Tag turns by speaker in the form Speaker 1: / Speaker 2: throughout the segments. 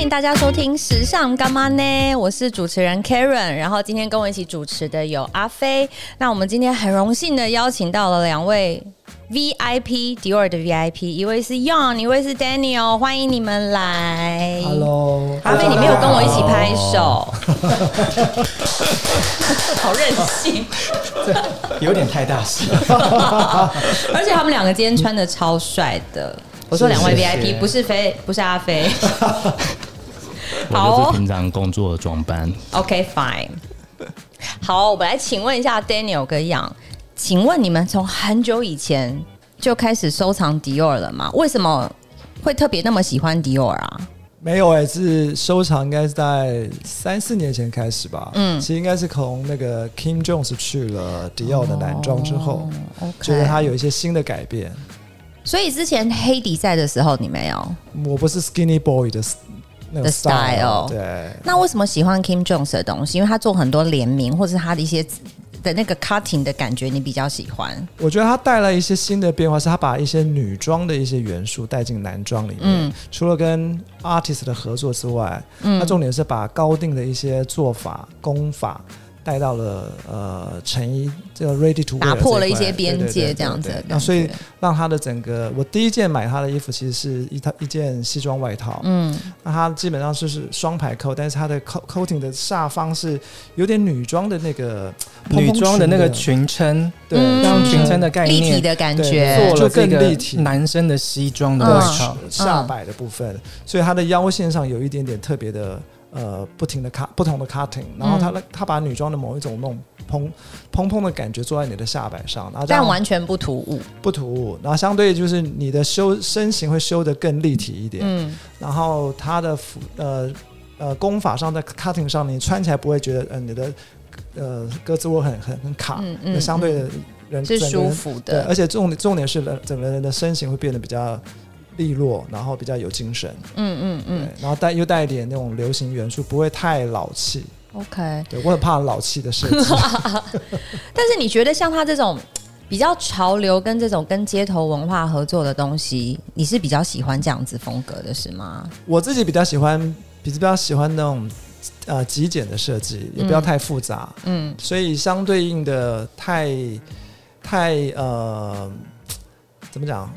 Speaker 1: 迎大家收听《时尚干妈呢》，我是主持人 Karen，然后今天跟我一起主持的有阿飞。那我们今天很荣幸的邀请到了两位 VIP Dior 的 VIP，一位是 Young，一位是 Daniel，欢迎你们来。
Speaker 2: Hello，
Speaker 1: 阿飞，你没有跟我一起拍手，好任 性。
Speaker 2: 有点太大声。
Speaker 1: 而且他们两个今天穿的超帅的。我说两位
Speaker 2: 谢谢
Speaker 1: VIP 不是飞，不是阿 飞。好
Speaker 3: 我
Speaker 1: 哦
Speaker 3: 就是平常工作的装扮。
Speaker 1: OK fine。好，我们来请问一下 Daniel 跟 Yang，请问你们从很久以前就开始收藏迪奥了吗？为什么会特别那么喜欢迪奥啊？
Speaker 2: 没有哎、是收藏应该是在三四年前开始吧。嗯，其实应该是从那个 Kim Jones 去了迪奥的男装之后，
Speaker 1: 哦
Speaker 2: 觉得它
Speaker 1: ，OK。
Speaker 2: 有一些新的改变。
Speaker 1: 所以之前黑底赛的时候你没有，
Speaker 2: 我不是 Skinny Boy 的 s- 那个
Speaker 1: The style
Speaker 2: 对，
Speaker 1: 那为什么喜欢 Kim Jones 的东西？因为他做很多联名，或者他的一些的那个 cutting 的感觉，你比较喜欢。
Speaker 2: 我觉得它带来一些新的变化，是它把一些女装的一些元素带进男装里面。
Speaker 1: 嗯
Speaker 2: 除了跟 artist 的合作之外，它重点是把高定的一些做法、功法带到了呃成衣这个 ready to wear
Speaker 1: 打破了一
Speaker 2: 这
Speaker 1: 些
Speaker 2: 块
Speaker 1: 边
Speaker 2: 对对
Speaker 1: 界
Speaker 2: 对
Speaker 1: 这样子的
Speaker 2: 对
Speaker 1: 感觉
Speaker 2: 那所以让它的整个，我第一件买它的衣服其实是一套一件西装外套，
Speaker 1: 嗯，
Speaker 2: 那它基本上就是双排扣，但是它的 co- coating 的下方是有点女装的那个蓬
Speaker 4: 女
Speaker 2: 蓬
Speaker 4: 装的那个
Speaker 2: 的
Speaker 4: 裙撑，
Speaker 2: 对
Speaker 1: 嗯
Speaker 4: 让裙撑的概
Speaker 1: 立体
Speaker 4: 念
Speaker 1: 的感
Speaker 2: 对
Speaker 1: 觉
Speaker 2: 没
Speaker 4: 做
Speaker 2: 错，
Speaker 4: 了这
Speaker 2: 就更
Speaker 4: 个
Speaker 2: 立体
Speaker 4: 男生的西装的
Speaker 1: 嗯
Speaker 4: 外
Speaker 2: 下
Speaker 4: 套，
Speaker 2: 下摆的部分，所以它的腰线上有一点点特别的呃不停的 cut 不同的 cutting，然后它
Speaker 1: 嗯
Speaker 2: 的它把女装的某一种那种蓬蓬蓬的感觉做在你的下摆上，然后这
Speaker 1: 但
Speaker 2: 样
Speaker 1: 完全不突兀。
Speaker 2: 不突兀，然后相对就是你的修身形会修得更立体一点，
Speaker 1: 嗯，
Speaker 2: 然后它的服呃呃功法上在 cutting 上你穿起来不会觉得呃你的呃胳肢窝很很很卡，
Speaker 1: 嗯
Speaker 2: 那相对的人
Speaker 1: 是
Speaker 2: 整个人
Speaker 1: 舒服
Speaker 2: 对，
Speaker 1: 的。
Speaker 2: 而且重重点是人整个人的身形会变得比较利落，然后比较有精神，
Speaker 1: 嗯嗯
Speaker 2: 对，
Speaker 1: 嗯
Speaker 2: 然后带又带一点那种流行元素，不会太老气。
Speaker 1: ，OK。
Speaker 2: 对我很怕老气的设 计，
Speaker 1: 但是你觉得像他这种比较潮流跟这种跟街头文化合作的东西，你是比较喜欢这样子风格的是吗？
Speaker 2: 我自己比较喜欢，比较喜欢那种呃极简的设计，也不要
Speaker 1: 嗯
Speaker 2: 太复杂，
Speaker 1: 嗯，
Speaker 2: 所以相对应的太太呃怎么讲？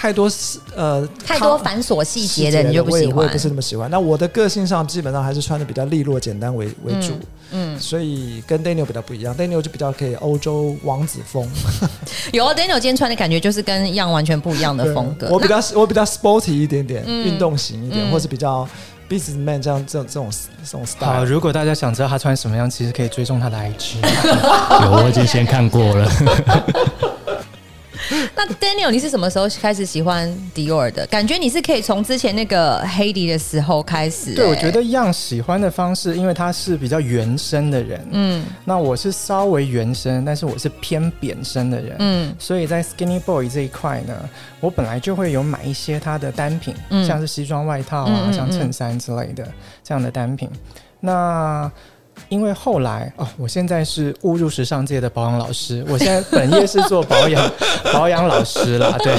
Speaker 2: 太多呃，
Speaker 1: 太多
Speaker 2: 康
Speaker 1: 繁琐细节
Speaker 2: 细
Speaker 1: 的你就不
Speaker 2: 我也
Speaker 1: 喜
Speaker 2: 我也
Speaker 1: 欢
Speaker 2: 不。是那么喜欢。那我的个性上基本上还是穿的比较利落、简单为为主。
Speaker 1: 嗯，
Speaker 2: 所以跟 Daniel 比较不一样，Daniel 就比较可以欧洲王子风
Speaker 1: 有哦 Daniel 今天穿的感觉就是跟样完全不一样的风格。
Speaker 2: 对 我比
Speaker 1: 那
Speaker 2: 较我比较 sporty 一点点，
Speaker 1: 嗯
Speaker 2: 运、动型一点，
Speaker 1: 嗯
Speaker 2: 或是比较 businessman 这样这种这种这种
Speaker 4: 好，
Speaker 2: style。
Speaker 4: 如果大家想知道他穿什么样，其实可以追踪他的 IG。
Speaker 1: 嗯
Speaker 3: 有，我已经先看过了。
Speaker 1: 那 Daniel 你是什么时候开始喜欢 Dior 的？感觉你是可以从之前那个黑迪的时候开始、
Speaker 4: 对，
Speaker 1: 欸
Speaker 4: 我觉得样喜欢的方式，因为他是比较原生的人，
Speaker 1: 嗯
Speaker 4: 那我是稍微原生，但是我是偏扁身的人，
Speaker 1: 嗯
Speaker 4: 所以在 Skinny Boy 这一块呢，我本来就会有买一些它的单品，
Speaker 1: 嗯
Speaker 4: 像是西装外套啊，
Speaker 1: 嗯嗯嗯
Speaker 4: 像衬衫之类的这样的单品。那因为后来哦，我现在是误入时尚界的保养老师，我现在本业是做保 养保养老师啦，对。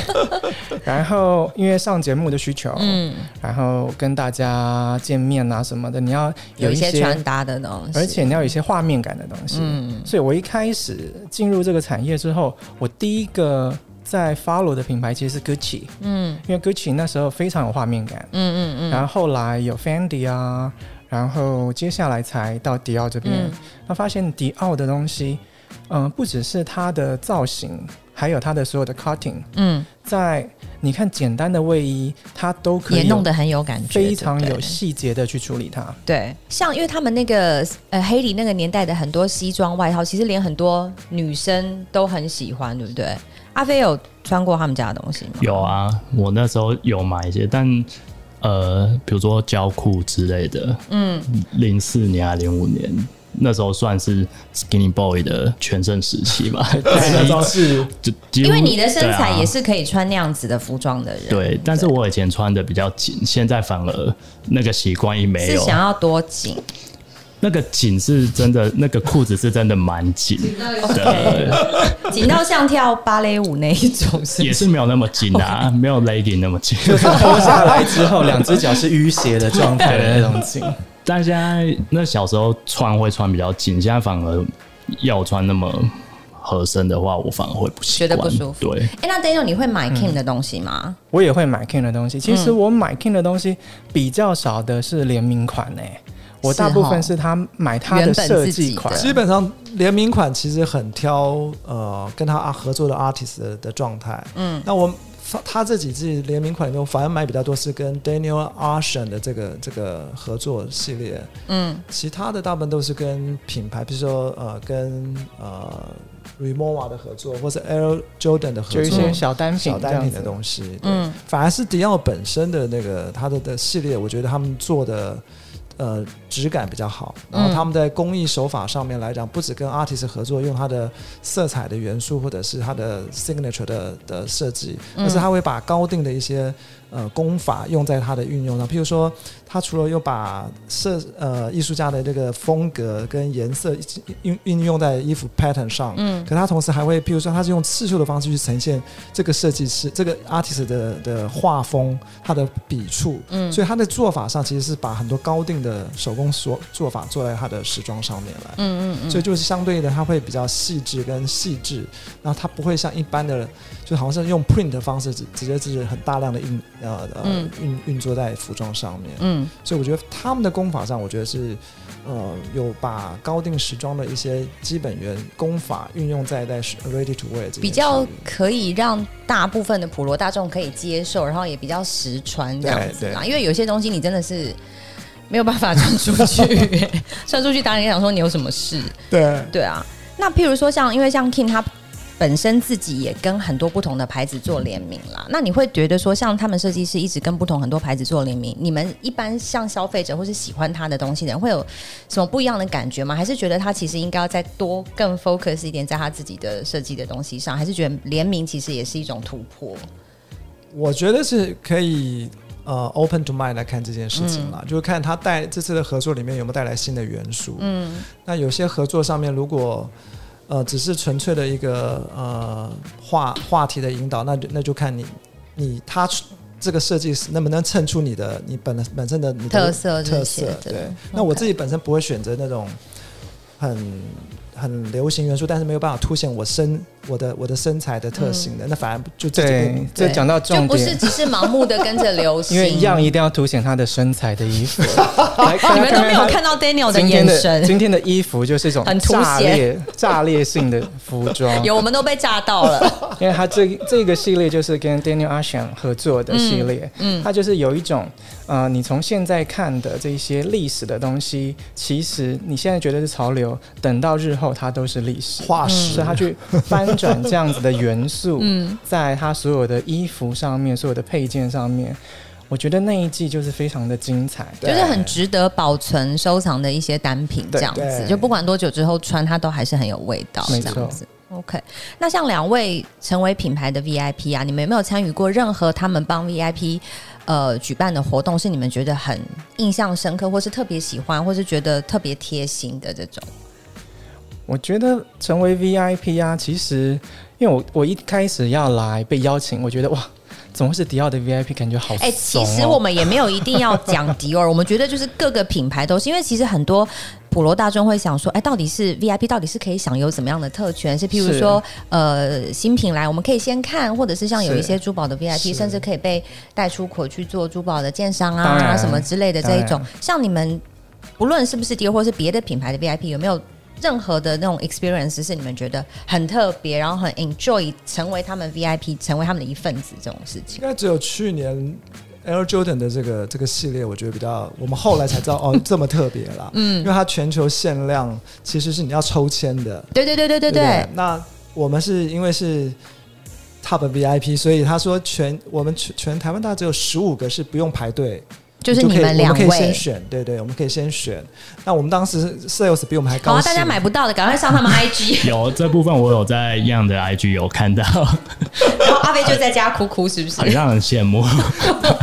Speaker 4: 然后因为上节目的需求，
Speaker 1: 嗯，
Speaker 2: 哦
Speaker 4: 然后跟大家见面啊什么的，你要
Speaker 1: 有
Speaker 4: 一
Speaker 1: 一些
Speaker 4: 些，
Speaker 1: 穿搭的东西，
Speaker 4: 而且你要有一些画面感的东西。
Speaker 1: 嗯
Speaker 4: 所以我一开始进入这个产业之后，我第一个在 follow 的品牌其实是 Gucci，
Speaker 1: 嗯
Speaker 4: 因为 Gucci 那时候非常有画面感
Speaker 1: 嗯，嗯嗯
Speaker 4: 然后后来有 Fendi 啊，然后接下来才到迪奥这边
Speaker 1: 嗯，
Speaker 4: 那、发现迪奥的东西，嗯、不只是它的造型，还有它的所有的 cutting，
Speaker 1: 嗯，
Speaker 4: 在你看简单的卫衣，它都可
Speaker 1: 也
Speaker 4: 以
Speaker 1: 弄得很有感觉，
Speaker 4: 非常
Speaker 1: 对不
Speaker 4: 有
Speaker 1: 对
Speaker 4: 细节的去处理它。
Speaker 1: 对，像因为他们那个呃黑里那个年代的很多西装外套，其实连很多女生都很喜欢，对不对？阿飞有穿过他们家的东西吗？
Speaker 3: 有啊，我那时候有买一些，但呃，比如说胶裤之类的，嗯，零四年还零五年。那时候算是 Skinny Boy 的全盛时期 吧，
Speaker 2: 是
Speaker 3: 就几乎
Speaker 1: 因为你的身材也
Speaker 3: 对啊
Speaker 1: 是可以穿那样子的服装的人，
Speaker 3: 对，但是我以前穿的比较紧，现在反而那个习惯也没
Speaker 1: 是
Speaker 3: 有。
Speaker 1: 想要多紧，
Speaker 3: 那个紧是真的，那个裤子是真的蛮 紧的，
Speaker 1: 紧到像跳芭蕾舞那一种是
Speaker 3: 也是没有那么紧啊，没有 legging 那么紧。
Speaker 4: 脱下来之后，两只脚是淤血的状态的那种紧。
Speaker 3: 但现在那小时候穿会穿比较紧，现在反而要穿那么合身的话，我反而会不习
Speaker 1: 觉
Speaker 3: 惯，
Speaker 1: 得不舒服。
Speaker 3: 对，
Speaker 1: 哎、那 Daniel 你会
Speaker 3: 嗯
Speaker 1: 买 King 的东西吗？
Speaker 4: 我也会买 King 的东西。其
Speaker 1: 嗯
Speaker 4: 实我买 King 的东西比较少的是联名款诶、我大部分是他买他的设计款
Speaker 1: 原本自己的。
Speaker 2: 基本上联名款其实很挑呃跟他啊合作的 artist 的的状态。嗯，那我发他这几季联名款里面，我反而买比较多是跟 Daniel Arshan 的这个这个合作系列。
Speaker 1: 嗯，
Speaker 2: 其他的大部分都是跟品牌，比如说呃跟呃 Remova 的合作，或是 Air Jordan 的合作，
Speaker 4: 就一些小单品、
Speaker 2: 小单品的
Speaker 4: 西。
Speaker 2: 东西。
Speaker 1: 嗯
Speaker 2: 嗯，反而是迪奥本身的那个它的的系列，我觉得他们做的。呃，质感比较好，然后他们在工艺手法上面来讲，不止跟 artist 合作，用它的色彩的元素或者是它的 signature 的的设计，
Speaker 1: 嗯
Speaker 2: 而是他会把高定的一些呃功法用在它的运用上。譬如说，他除了又把设呃艺术家的这个风格跟颜色一起运运用在衣服 pattern 上，
Speaker 1: 嗯
Speaker 2: 可他同时还会，譬如说，他是用刺绣的方式去呈现这个设计师、这个 artist 的的画风，他的笔触，
Speaker 1: 嗯
Speaker 2: 所以他的做法上其实是把很多高定的手工所做法做在他的时装上面来，
Speaker 1: 嗯嗯嗯，
Speaker 2: 所以就是相对的，他会比较细致跟细致，然后他不会像一般的，就好像是用 print 的方式直直接就是很大量的印呃呃
Speaker 1: 嗯
Speaker 2: 运运作在服装上面，
Speaker 1: 嗯
Speaker 2: 所以我觉得他们的功法上，我觉得是，呃，有把高定时装的一些基本原功法运用在在 ready to wear 这件
Speaker 1: 比较
Speaker 2: 事情
Speaker 1: 可以让大部分的普罗大众可以接受，然后也比较实穿这样子啦。因为有些东西你真的是没有办法穿出去、 穿出去当然也想说你有什么事，
Speaker 2: 对
Speaker 1: 对啊。那譬如说像，因为像 King 他本身自己也跟很多不同的牌子做联名啦，那你会觉得说，像他们设计师一直跟不同很多牌子做联名，你们一般像消费者或是喜欢他的东西的人，会有什么不一样的感觉吗？还是觉得他其实应该要再多更 focus 一点在他自己的设计的东西上？还是觉得联名其实也是一种突破？
Speaker 2: 我觉得是可以呃 open to mind 来看这件事情
Speaker 1: 嗯
Speaker 2: 啦，就是看他带这次的合作里面有没有带来新的元素。嗯，那有些合作上面如果呃只是纯粹的一个呃话话题的引导，那就那就看你你他这个设计师能不能衬出你的你本本身的你的
Speaker 1: 特色这
Speaker 2: 特
Speaker 1: 些
Speaker 2: 色
Speaker 1: 的，
Speaker 2: 对。那我自己本身不会选择那种很很流行元素，但是没有办法凸显我身我的我的身材的特性的，
Speaker 1: 嗯
Speaker 2: 那反而就自己
Speaker 4: 对
Speaker 2: 跟，
Speaker 4: 这讲到重
Speaker 1: 就不是
Speaker 4: 点，
Speaker 1: 只是盲目的跟着流行，
Speaker 4: 因为样一定要凸显他的身材的 衣服。来
Speaker 1: 哦你们都没有看
Speaker 4: 看
Speaker 1: 到 Daniel
Speaker 4: 他
Speaker 1: 的
Speaker 4: 今天
Speaker 1: 眼
Speaker 4: 的
Speaker 1: 神，
Speaker 4: 今天的衣服就是一种
Speaker 1: 很凸
Speaker 4: 炸
Speaker 1: 显
Speaker 4: 裂、炸裂性的服装。
Speaker 1: 有我们都被炸到了。
Speaker 4: 因为它这这个系列就是跟 Daniel Ashan 合作的系列，嗯，它就是有一种，呃，你从现在看的这些历史的东西，其实你现在觉得是潮流，等到日后它都是历史。
Speaker 2: 化石
Speaker 4: 所以他去翻转这样子的元素，在他所有的衣服上面、所有的配件上面，我觉得那一季就是非常的精彩。
Speaker 1: 就是很值得保存收藏的一些单品，这样
Speaker 2: 对
Speaker 1: 子，
Speaker 2: 对
Speaker 1: 就不管多久之后穿，它都还是很有味道，这
Speaker 4: 没错
Speaker 1: 样子。OK，那像两位成为品牌的 VIP 啊，你们有没有参与过任何他们帮 VIP 呃举办的活动，是你们觉得很印象深刻，或是特别喜欢，或是觉得特别贴心的这种？
Speaker 4: 我觉得成为 VIP 啊，其实因为我我一开始要来被邀请，我觉得哇，怎么会是迪奥的 VIP？感觉好
Speaker 1: 哎、
Speaker 4: 怂
Speaker 1: 其
Speaker 4: 哦
Speaker 1: 实我们也没有一定要 讲迪奥，我们觉得就是各个品牌都是，因为其实很多普罗大众会想说，哎、到底是 VIP 到底是可以享有怎么样的特权？是譬如
Speaker 4: 是
Speaker 1: 说，呃，新品来我们可以先看，或者是像有一
Speaker 4: 是
Speaker 1: 些珠宝的 VIP，
Speaker 4: 是
Speaker 1: 甚至可以被带出国去做珠宝的鉴赏
Speaker 4: 当
Speaker 1: 啊
Speaker 4: 然
Speaker 1: 什么之类的这一
Speaker 4: 当
Speaker 1: 种
Speaker 4: 然。
Speaker 1: 像你们不论是不是迪奥，或是别的品牌的 VIP，有没有？任何的那种 experience 是你们觉得很特别，然后很 enjoy 成为他们 VIP，成为他们的一份子这种事情
Speaker 2: 应。该只有去年 Air Jordan 的这个这个系列，我觉得比较，我们后来才知道 哦，这么特别啦。嗯，因为它全球限量，其实是你要抽签的。
Speaker 1: 对对对对对
Speaker 2: 不
Speaker 1: 对，
Speaker 2: 那我们是因为是 Top VIP，所以他说全我们全全台湾大概只有十五个是不用排队，
Speaker 1: 就是你
Speaker 2: 就可以
Speaker 1: 两
Speaker 2: 我们可以先
Speaker 1: 位。
Speaker 2: 选，对对，我们可以先选。那我们当时 sales 比我们还
Speaker 1: 好
Speaker 2: 高
Speaker 1: 啊，
Speaker 2: 兴，
Speaker 1: 大家买不到的赶快上他们 IG，
Speaker 3: 有这部分我有在样的 IG 有看到，
Speaker 1: 然后阿飞就在家哭哭，是不
Speaker 3: 很
Speaker 1: 是？
Speaker 3: 让人羡慕。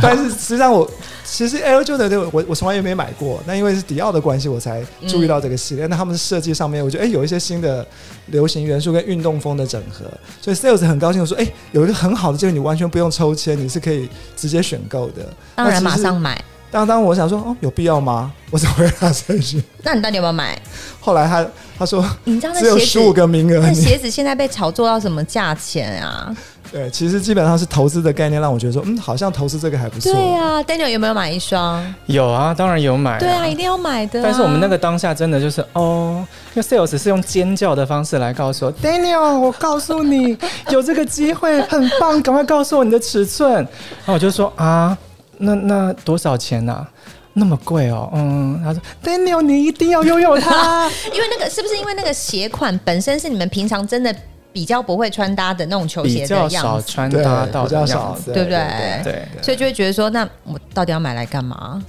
Speaker 2: 但是实际上我其实 Air Jordan 对我我我从来也没买过，那因为是迪奥的关系，我才注意到这个系列。
Speaker 4: 嗯
Speaker 2: 那他们设计上面，我觉得哎、有一些新的流行元素跟运动风的整合，所以 Sales 很高兴地说，哎、有一个很好的机会，你完全不用抽签，你是可以直接选购的。
Speaker 1: 当然
Speaker 2: 那
Speaker 1: 马
Speaker 2: 其实
Speaker 1: 上买。
Speaker 2: 当当我想说，哦，有必要吗？ 我怎么会让这些？
Speaker 1: 那你到底有没有买？
Speaker 2: 后来他他说
Speaker 1: 你知道那
Speaker 2: 只有
Speaker 1: 鞋
Speaker 2: 十五
Speaker 1: 子，
Speaker 2: 个名额，
Speaker 1: 那
Speaker 2: 你
Speaker 1: 鞋子现在被炒作到什么价钱啊？
Speaker 2: 对，其实基本上是投资的概念，让我觉得说，嗯，好像投资这个还不错。
Speaker 1: 对啊，Daniel 有没有买一双？
Speaker 4: 有啊，当然有买、
Speaker 2: 哎
Speaker 1: 对啊，一定要买的啊、
Speaker 4: 但是我们那个当下真的就是哦，因为 sales 是用尖叫的方式来告诉我 Daniel，我告诉 你有这个机会，很棒，赶快告诉我你的尺寸。然后我就说啊，那那多少钱呐、啊？那么贵哦，嗯，他说 Daniel，你一定要拥有 它。
Speaker 1: 因为那个是不是因为那个鞋款本身是你们平常真的比较不会穿搭的那种球
Speaker 4: 比
Speaker 1: 鞋的
Speaker 4: 较少
Speaker 1: 样子，
Speaker 4: 穿
Speaker 2: 对
Speaker 4: 搭到
Speaker 2: 比
Speaker 4: 的
Speaker 2: 较
Speaker 4: 样
Speaker 2: 少
Speaker 4: 子，，
Speaker 1: 对不对
Speaker 2: 哎
Speaker 4: 对。
Speaker 1: 所以就会觉得说，那我到底要买来干 嘛？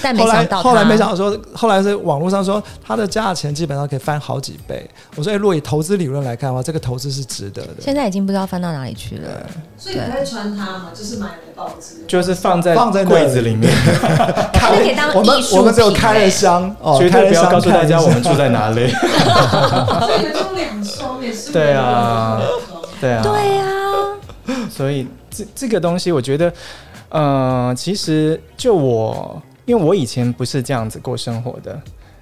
Speaker 1: 但没
Speaker 2: 后来
Speaker 1: 想到，
Speaker 2: 后来没想，到说，后来是网络上说它的价钱基本上可以翻好几倍。我说，哎、如果以投资理论来看的话，这个投资是值得的。
Speaker 1: 现在已经不知道翻到哪里去了。
Speaker 5: 所以你在穿它嘛，就是买了报 纸，
Speaker 4: 就是放在
Speaker 2: 放在那里
Speaker 4: 柜子里 面，
Speaker 1: 它可以当
Speaker 2: 我们
Speaker 1: 艺术
Speaker 2: 我们只有
Speaker 1: 品
Speaker 2: 开了
Speaker 1: 欸
Speaker 2: 箱哦，
Speaker 4: 绝
Speaker 2: 开了
Speaker 4: 对不要
Speaker 2: 箱
Speaker 4: 告诉
Speaker 2: 看
Speaker 4: 大
Speaker 2: 一
Speaker 4: 家
Speaker 2: 下
Speaker 4: 我们住在哪里。
Speaker 5: 所以就两双也是
Speaker 4: 对啊对啊，
Speaker 1: 对啊，
Speaker 4: 所以这这个东西，我觉得，呃，其实就我，因为我以前不是这样子过生活的，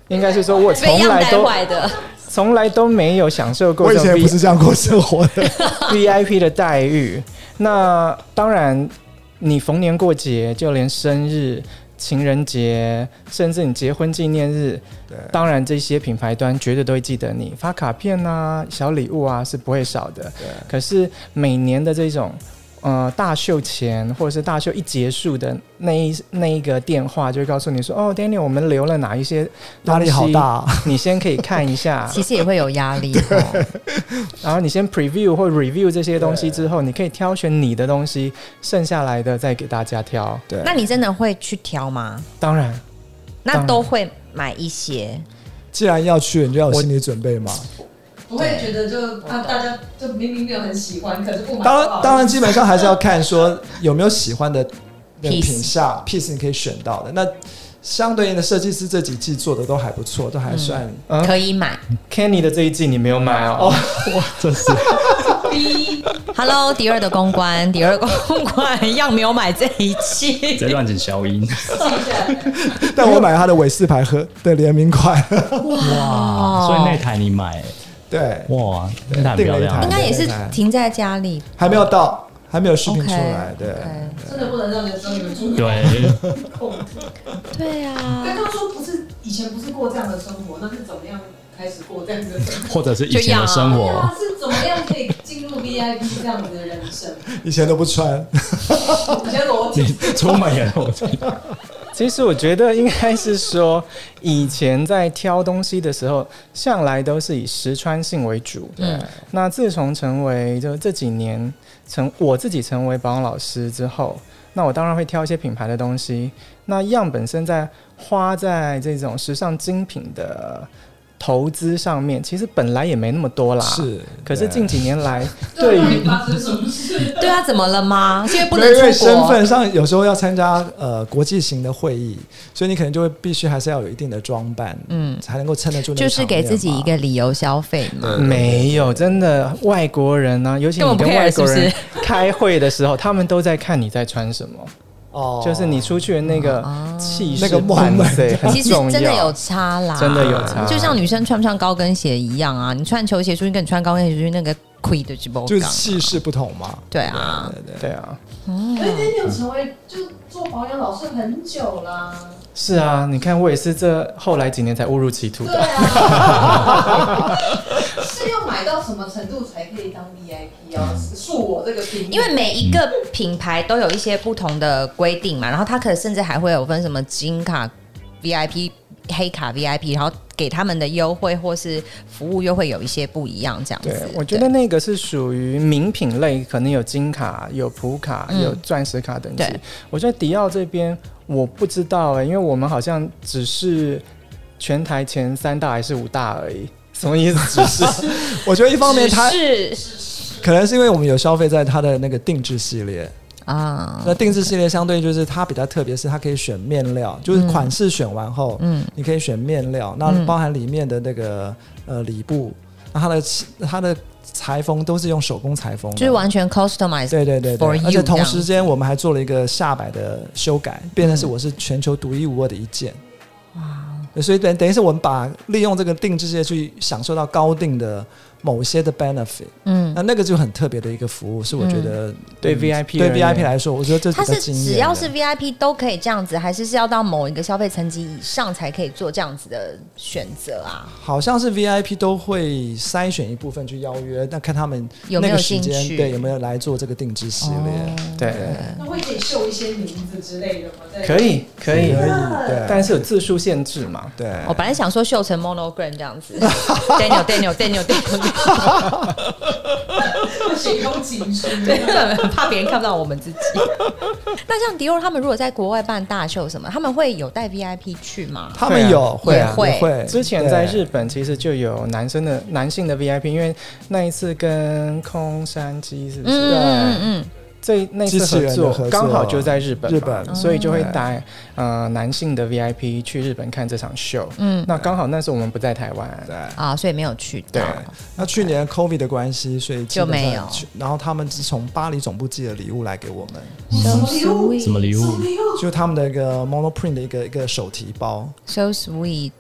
Speaker 4: 应该是说我
Speaker 1: 被
Speaker 4: 从
Speaker 1: 样
Speaker 4: 来
Speaker 1: 带
Speaker 4: 都
Speaker 1: 坏的，
Speaker 4: 从来都没有享受过
Speaker 2: 我以
Speaker 4: 这
Speaker 2: 前
Speaker 4: 种
Speaker 2: 也不是这样过生活的。
Speaker 4: V I P 的待遇。那当然，你逢年过节，就连生日、情人节，甚至你结婚纪念日，
Speaker 2: 对
Speaker 4: 当然这些品牌端绝对都会记得你，发卡片啊、小礼物啊是不会少的。可是每年的这种。呃，大秀前或者是大秀一结束的那一那一个电话，就会告诉你说：“哦，Daniel，我们留了哪一些
Speaker 2: 压力
Speaker 4: 东
Speaker 2: 好
Speaker 4: 西
Speaker 2: 大、，啊，
Speaker 4: 你先可以看一下。”
Speaker 1: 其实也会有压力哦。
Speaker 4: 然后你先 preview 或 review 这些东西之后，你可以挑选你的东西，剩下来的再给大家挑。
Speaker 2: 对
Speaker 1: 那你真的会去挑吗？
Speaker 4: 当然，
Speaker 1: 那都会买一些，
Speaker 2: 既然要去，你就要有心理准备嘛。
Speaker 5: 不会觉得就啊，大家就明明没有很喜欢，可是不买。
Speaker 2: 当然，当然，基本上还是要看说有没有喜欢的那个
Speaker 1: Piece
Speaker 2: 品相 piece 你可以选到的。那相对应的设计师这几季做的都还不错，都还算。
Speaker 4: 嗯
Speaker 1: 可以买。
Speaker 4: Kenny 的这一季你没有买哦，
Speaker 3: 真是
Speaker 5: B
Speaker 1: Hello，迪二的公关，迪二公关样没有买这一季，
Speaker 3: 在乱剪消音。
Speaker 2: 但我买了他的韦斯牌和的联名款，
Speaker 1: 哇
Speaker 3: 所以那台你买、
Speaker 2: 对，
Speaker 3: 哇，那台很
Speaker 2: 订了
Speaker 3: 漂
Speaker 2: 一台
Speaker 1: 应
Speaker 3: 亮。
Speaker 1: 该也是停在家里
Speaker 2: 还没有到，还没有视频
Speaker 1: OK，
Speaker 2: 出来。啊对，
Speaker 1: OK
Speaker 5: 真的不能让人生有住
Speaker 3: 对，
Speaker 5: 控。
Speaker 1: 对啊，
Speaker 5: 刚刚说不是以前不是过这样的生活，那是怎么样开始过这样的生活？
Speaker 3: 或者是以前的生
Speaker 5: 对
Speaker 3: 活
Speaker 5: 啊，，是怎么样可以进入 VIP 这样子的人生？
Speaker 2: 以前都不穿，
Speaker 5: 比较逻
Speaker 3: 你
Speaker 5: 辑，
Speaker 3: 出门也都
Speaker 4: 其实我觉得应该是说，以前在挑东西的时候，向来都是以实穿性为主。
Speaker 1: 嗯
Speaker 4: 那自从成为就这几年成我自己成为保养老师之后，那我当然会挑一些品牌的东西。那样本身在花在这种时尚精品的投资上面，其实本来也没那么多啦。。
Speaker 2: 是。
Speaker 4: 可是近几年来，
Speaker 5: 对
Speaker 4: 对
Speaker 5: 于
Speaker 4: 于
Speaker 5: 发生什么 事？
Speaker 1: 对啊，怎么了吗？是因为不
Speaker 2: 因
Speaker 1: 能
Speaker 2: 为因为
Speaker 1: 出
Speaker 2: 身
Speaker 1: 国，啊
Speaker 2: 份上有时候要参加呃国际型的会议，所以你可能就会必须还是要有一定的装扮，
Speaker 1: 嗯
Speaker 2: 嗯，才能够撑得住那
Speaker 1: 就
Speaker 2: 个
Speaker 1: 是
Speaker 2: 场面嘛。
Speaker 1: 给自己一个理由消费嘛。
Speaker 4: 没有真的外国人 呢、尤其
Speaker 1: 根
Speaker 4: 你
Speaker 1: 本不
Speaker 4: 跟
Speaker 1: care，
Speaker 4: 外国
Speaker 1: 是不
Speaker 4: 人
Speaker 1: 是
Speaker 4: 开会的时候，他们都在看你在穿什么。
Speaker 2: 哦
Speaker 4: 就是你出去的那个
Speaker 1: 哦
Speaker 4: 气
Speaker 2: 那
Speaker 4: 势
Speaker 2: 个
Speaker 4: 伴
Speaker 2: moment
Speaker 4: 随，很
Speaker 1: 其实
Speaker 4: 重
Speaker 1: 真的
Speaker 4: 要
Speaker 1: 有差啦，
Speaker 4: 真的有差
Speaker 1: 就像女生穿不穿高跟鞋一样啊，你穿球鞋出去跟你穿高跟鞋出去，那个 quit 的直播
Speaker 2: 就是气势不同嘛。
Speaker 1: 对啊，
Speaker 2: 对对
Speaker 4: 对啊，
Speaker 5: 所以哎你有成为就做保养老师很久啦。
Speaker 4: 是啊，你看我也是这后来几年才误入歧途
Speaker 5: 对
Speaker 4: 的。
Speaker 5: 啊，是要买到什么程度才可以当 VIP 啊？恕我这个评论，
Speaker 1: 因为每一个品牌都有一些不同的规定嘛，然后它可能甚至还会有分什么金卡 VIP、黑卡 VIP，然后给他们的优惠或是服务又会有一些不一样，这样子
Speaker 4: 对。，我觉得那个是属于名品类，可能有金卡、有普卡、
Speaker 1: 嗯
Speaker 4: 有钻石卡等级
Speaker 1: 对。
Speaker 4: 我觉得迪奥这边我不知道哎、因为我们好像只是全台前三大还是五大而已。什么意思？只是
Speaker 2: 我觉得一方面
Speaker 1: 只
Speaker 2: 它
Speaker 1: 是
Speaker 2: 可能是因为我们有消费在它的那个定制系列，
Speaker 1: 啊，
Speaker 2: 那定制系列相对就是它比较特别，是它可以选面料，就是款式选完后，
Speaker 1: 嗯
Speaker 2: 嗯，你可以选面料，那包含里面的那个呃里布，那它的它的裁缝都是用手工裁缝的，
Speaker 1: 就是完全 customize
Speaker 2: 对对对
Speaker 1: for
Speaker 2: 对，
Speaker 1: you
Speaker 2: 而且
Speaker 1: 这
Speaker 2: 同
Speaker 1: 样
Speaker 2: 时间我们还做了一个下摆的修改，变成
Speaker 1: 嗯
Speaker 2: 是我是全球独一无二的一件。
Speaker 1: 哦
Speaker 2: 哇！所以等等于是我们把利用这个定制界去享受到高定的某些的 benefit，
Speaker 1: 嗯，
Speaker 2: 那那个就很特别的一个服务，是我觉得
Speaker 4: 对
Speaker 2: 嗯
Speaker 4: VIP
Speaker 2: 对
Speaker 4: 而言
Speaker 2: VIP 来说，我觉得这
Speaker 1: 它
Speaker 2: 比较
Speaker 1: 是
Speaker 2: 惊艳
Speaker 1: 只
Speaker 2: 的
Speaker 1: 要是 VIP 都可以这样子，还是是要到某一个消费层级以上才可以做这样子的选择啊？
Speaker 2: 好像是 VIP 都会筛选一部分去邀约，那看他们
Speaker 1: 有没
Speaker 2: 那
Speaker 1: 有
Speaker 2: 个时
Speaker 1: 兴
Speaker 2: 间
Speaker 1: 趣？哦
Speaker 2: 对有没有来做这个定制系列，
Speaker 4: 对，
Speaker 5: 那会可以秀一些名字之类的吗？在
Speaker 4: 可以可以，
Speaker 2: 对
Speaker 4: 但是哦有字数限制嘛？
Speaker 2: 对。
Speaker 1: 我本来想说秀成 monogram 这样子，Daniel Daniel Daniel Daniel，
Speaker 5: 写封情书，
Speaker 1: 对，怕别人看不到我们自己。 那像迪欧他们如果在国外办大秀什么，他们会有带 VIP 去吗？
Speaker 2: 他们有
Speaker 1: 会啊
Speaker 2: 会也
Speaker 1: 也会
Speaker 2: 会，
Speaker 4: 之前在
Speaker 2: 对
Speaker 4: 日本其实就有男生的男性的 VIP，因为那一次跟空山鸡是不是？
Speaker 1: 嗯嗯
Speaker 4: 对，
Speaker 1: 嗯
Speaker 4: 这那一次
Speaker 2: 机器
Speaker 4: 合
Speaker 2: 人的合作
Speaker 4: 作刚好就在日本嘛，
Speaker 2: 日本
Speaker 4: 所以就会
Speaker 2: 哦
Speaker 4: 带呃男性的 VIP 去日本看这场秀。
Speaker 1: 嗯
Speaker 4: 那刚好那时候我们不在台湾，
Speaker 2: 对。
Speaker 1: 嗯啊，所以没有去到
Speaker 4: 对。
Speaker 2: 那去年 COVID 的关系，所以基
Speaker 1: 就
Speaker 2: 本上
Speaker 1: 没有
Speaker 2: 去然后他们是从巴黎总部寄了礼物来给我们，
Speaker 5: 什么礼物？
Speaker 3: 什么礼物
Speaker 5: 什么礼物？
Speaker 2: 就他们的一个 Monoprint 的一个一个手提包，
Speaker 1: So sweet，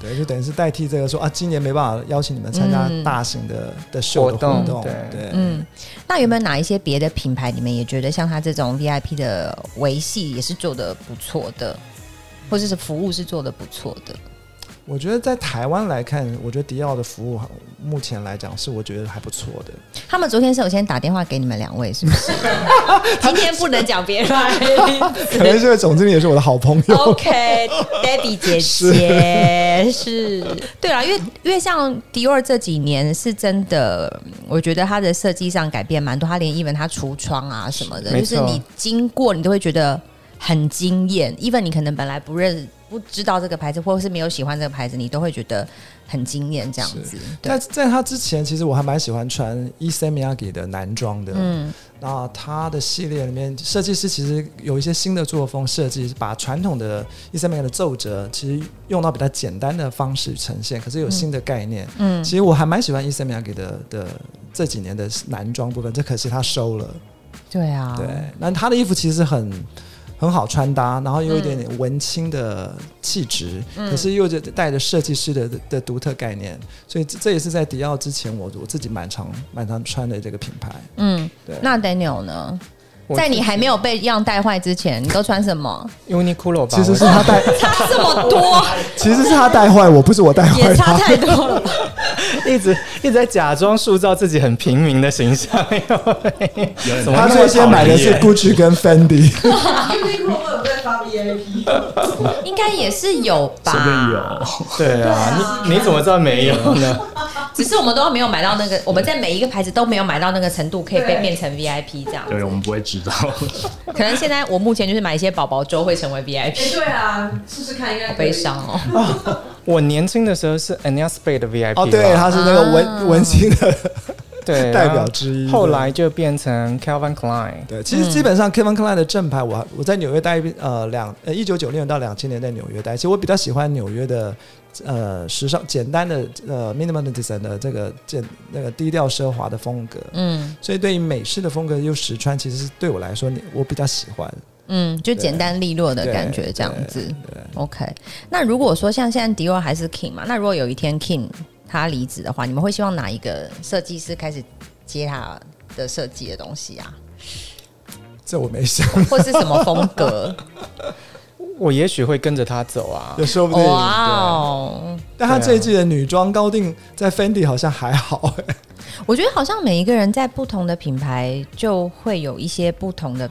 Speaker 2: 对，就等于是代替这个说啊，今年没办法邀请你们参加
Speaker 1: 嗯
Speaker 2: 大型的、的秀的活动，
Speaker 4: 活动对
Speaker 2: 对，
Speaker 1: 嗯，那有没有哪一些别的品牌，你们也觉得像他这种 VIP 的维系也是做的不错的，或者是服务是做的不错的？
Speaker 2: 我觉得在台湾来看，我觉得迪奥的服务目前来讲是我觉得还不错的，
Speaker 1: 他们昨天是有先打电话给你们两位，是不 是？今天不能讲 别人。
Speaker 2: 可能这个总经理也是我的好朋 友。
Speaker 1: OK，Debbie 姐姐是对啦，因为因为像迪奥这几年是真的，我觉得它的设计上改变蛮多，它连 even 它橱窗啊什么的，
Speaker 4: 没
Speaker 1: 就
Speaker 4: 错
Speaker 1: 是你经过你都会觉得很惊艳，even 你可能本来不认不知道这个牌子，或者是没有喜欢这个牌子，你都会觉得很惊艳这样子。对
Speaker 2: 在，在他之前，其实我还蛮喜欢穿伊森米亚给的男装的，
Speaker 1: 嗯
Speaker 2: 那它的系列里面，设计师其实有一些新的作风设计，把传统的伊森美的皱褶，其实用到比较简单的方式呈现，可是有新的概念。
Speaker 1: 嗯，
Speaker 2: 其实我还蛮喜欢伊森美亚给的的这几年的男装部分，这可惜他收了。
Speaker 1: 对啊，
Speaker 2: 对，那他的衣服其实很。很好穿搭，然后又有一点
Speaker 1: 嗯
Speaker 2: 点文青的气质，可是又带着设计师的的的独特概念，所以这这也是在迪奥之前我我自己蛮常蛮常穿的这个品牌。
Speaker 1: 嗯
Speaker 2: 对，
Speaker 1: 那 Daniel 呢？
Speaker 4: 我
Speaker 1: 在你还没有被样带坏之前，你都穿什 么？
Speaker 4: Uniqlo 吧，
Speaker 2: 其实
Speaker 4: 我
Speaker 2: 是他带，
Speaker 1: 差这么多，
Speaker 2: 其实是他带坏我，不是我带
Speaker 1: 也
Speaker 2: 坏
Speaker 1: 差
Speaker 2: 他。
Speaker 1: 太多了吧？
Speaker 4: 一直一直在假装塑造自己很平民的形象。
Speaker 3: 有点
Speaker 4: 怎么
Speaker 2: 他最先买的是 Gucci 跟 Fendi，
Speaker 5: 因为我们有在发 VIP，
Speaker 1: 应该也是有吧？
Speaker 3: 随便有，
Speaker 4: 对啊，你你怎么知道没有 呢？
Speaker 1: 只是我们都没有买到那个，我们在每一个牌子都没有买到那个程度，可以被
Speaker 5: 对
Speaker 1: 变成 VIP 这样。
Speaker 3: 对，我们不会知道。
Speaker 1: 可能现在我目前就是买一些宝宝粥会成为 VIP，
Speaker 5: 哎，对啊，试试看，应该
Speaker 1: 好
Speaker 5: 可以
Speaker 1: 悲伤。哦。
Speaker 4: 我年轻的时候是 a n y a s p a y 的 VIP，
Speaker 2: 哦，对，
Speaker 4: 吧
Speaker 2: 他是那个文、
Speaker 1: 啊
Speaker 2: 文青的
Speaker 4: 对
Speaker 2: 代
Speaker 4: 然
Speaker 2: 表
Speaker 4: 后
Speaker 2: 之一。
Speaker 4: 后来就变成 Calvin Klein，
Speaker 2: 对，其实基本上 Kevin Klein 的正牌我，我在纽约待呃两呃一九九六年到两千年在纽约待，其实我比较喜欢纽约的呃时尚简单的呃 minimal design 的这个简那个低调奢华的风格，
Speaker 1: 嗯
Speaker 2: 所以对于美式的风格又实穿，其实是对我来说你我比较喜欢。
Speaker 1: 嗯，就简单利落的
Speaker 2: 对
Speaker 1: 感觉这样子。
Speaker 2: 对，
Speaker 1: OK，那如果说像现在迪奥还是 King 嘛，那如果有一天 King 他离职的话，你们会希望哪一个设计师开始接他的设计的东西啊，
Speaker 2: 这我没想，
Speaker 1: 或是什么风格？
Speaker 4: 我也许会跟着他走啊。
Speaker 2: 也 说不定。
Speaker 1: 哇哦！
Speaker 2: 对但他这一季的女装高定在 Fendi 好像还好、欸
Speaker 1: 我觉得好像每一个人在不同的品牌就会有一些不同的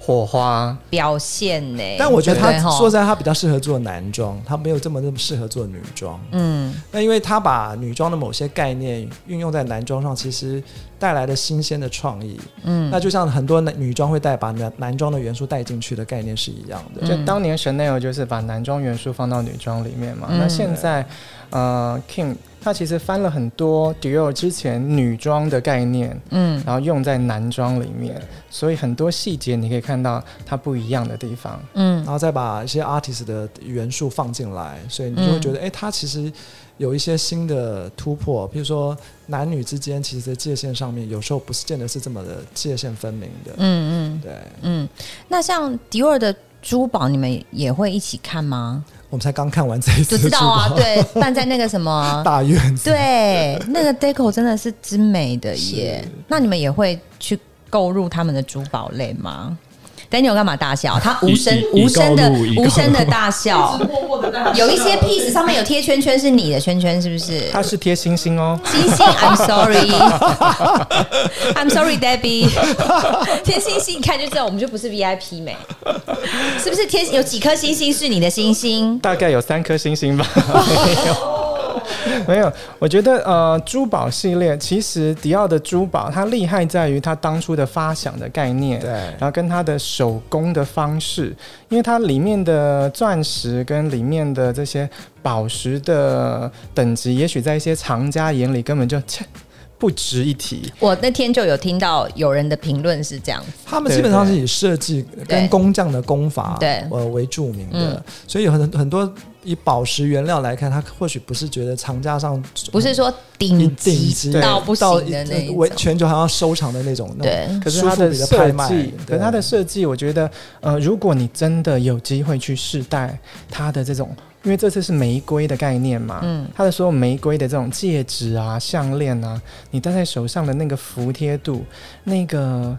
Speaker 4: 火花，
Speaker 1: 表现呢、
Speaker 2: 但我觉得他
Speaker 1: 对不对吼
Speaker 2: 说实在，他比较适合做男装，他没有这么那么适合做女装。
Speaker 1: 嗯
Speaker 2: 那因为他把女装的某些概念运用在男装上，其实带来了新鲜的创意。
Speaker 1: 嗯，
Speaker 2: 那就像很多男女装会带把男男装的元素带进去的概念是一样
Speaker 1: 嗯
Speaker 2: 的。
Speaker 4: 就当年 Chanel 就是把男装元素放到女装里面嘛。
Speaker 1: 嗯
Speaker 4: 那现在，呃，King 它其实翻了很多 Dior 之前女装的概念，
Speaker 1: 嗯
Speaker 4: 然后用在男装里面，所以很多细节你可以看到它不一样的地方。
Speaker 1: 嗯
Speaker 2: 然后再把一些 artist 的元素放进来，所以你就会
Speaker 1: 嗯
Speaker 2: 觉得，哎、它其实有一些新的突破，比如说男女之间其实界限上面，有时候不是见得是这么的界限分明的，
Speaker 1: 嗯嗯
Speaker 2: 对，
Speaker 1: 嗯。那像迪奥的珠宝，你们也会一起看 吗？
Speaker 2: 我们才刚看完这一
Speaker 1: 就
Speaker 2: 次，，
Speaker 1: 知道啊，，对，办在那个什么
Speaker 2: 大院子，
Speaker 1: 对，那个 Deco 真的是之美的耶
Speaker 2: 是。
Speaker 1: 那你们也会去购入他们的珠宝类吗？Daniel 干嘛大笑？他无声
Speaker 3: 已已
Speaker 1: 无声的
Speaker 3: 已购入已购
Speaker 1: 无
Speaker 3: 入
Speaker 1: 声的大笑
Speaker 5: 一直。默默的在
Speaker 1: 有一些 piece 上面有贴圈圈，是你的圈圈是不是？
Speaker 4: 它是贴星星哦，
Speaker 1: 星星，I'm sorry，I'm sorry Debbie，贴星星一看就知道我们就不是 VIP 美，是不是贴有几颗星星是你的星星？
Speaker 4: 大概有三颗星星吧。没有，没有。我觉得呃，珠宝系列其实迪奥的珠宝，它厉害在于它当初的发想的概念，
Speaker 2: 对
Speaker 4: 然后跟它的手工的方式，因为它里面的钻石跟里面的这些宝石的等级，也许在一些藏家眼里根本就切不值一提。
Speaker 1: 我那天就有听到有人的评论是这样子，
Speaker 2: 他们基本上是以设计
Speaker 1: 对
Speaker 2: 跟工匠的工法
Speaker 1: 对嗯
Speaker 2: 呃为著名的，所以有很很多以宝石原料来看，它或许不是觉得藏家上嗯
Speaker 1: 不是说
Speaker 2: 一
Speaker 1: 顶
Speaker 2: 顶
Speaker 1: 级
Speaker 2: 级
Speaker 1: 到不行
Speaker 2: 一
Speaker 1: 的那一
Speaker 2: 为
Speaker 1: 种，
Speaker 2: 全球好像收藏的那种，那种
Speaker 1: 对，
Speaker 4: 可是它的
Speaker 2: 舒
Speaker 4: 设
Speaker 2: 服比的拍卖
Speaker 4: 计，可
Speaker 2: 对
Speaker 4: 是它的设计，我觉得，呃，如果你真的有机会去试戴它的这种，因为这次是玫瑰的概念嘛，
Speaker 1: 嗯
Speaker 4: 它的所有玫瑰的这种戒指啊、项链啊，你戴在手上的那个服帖度，那个。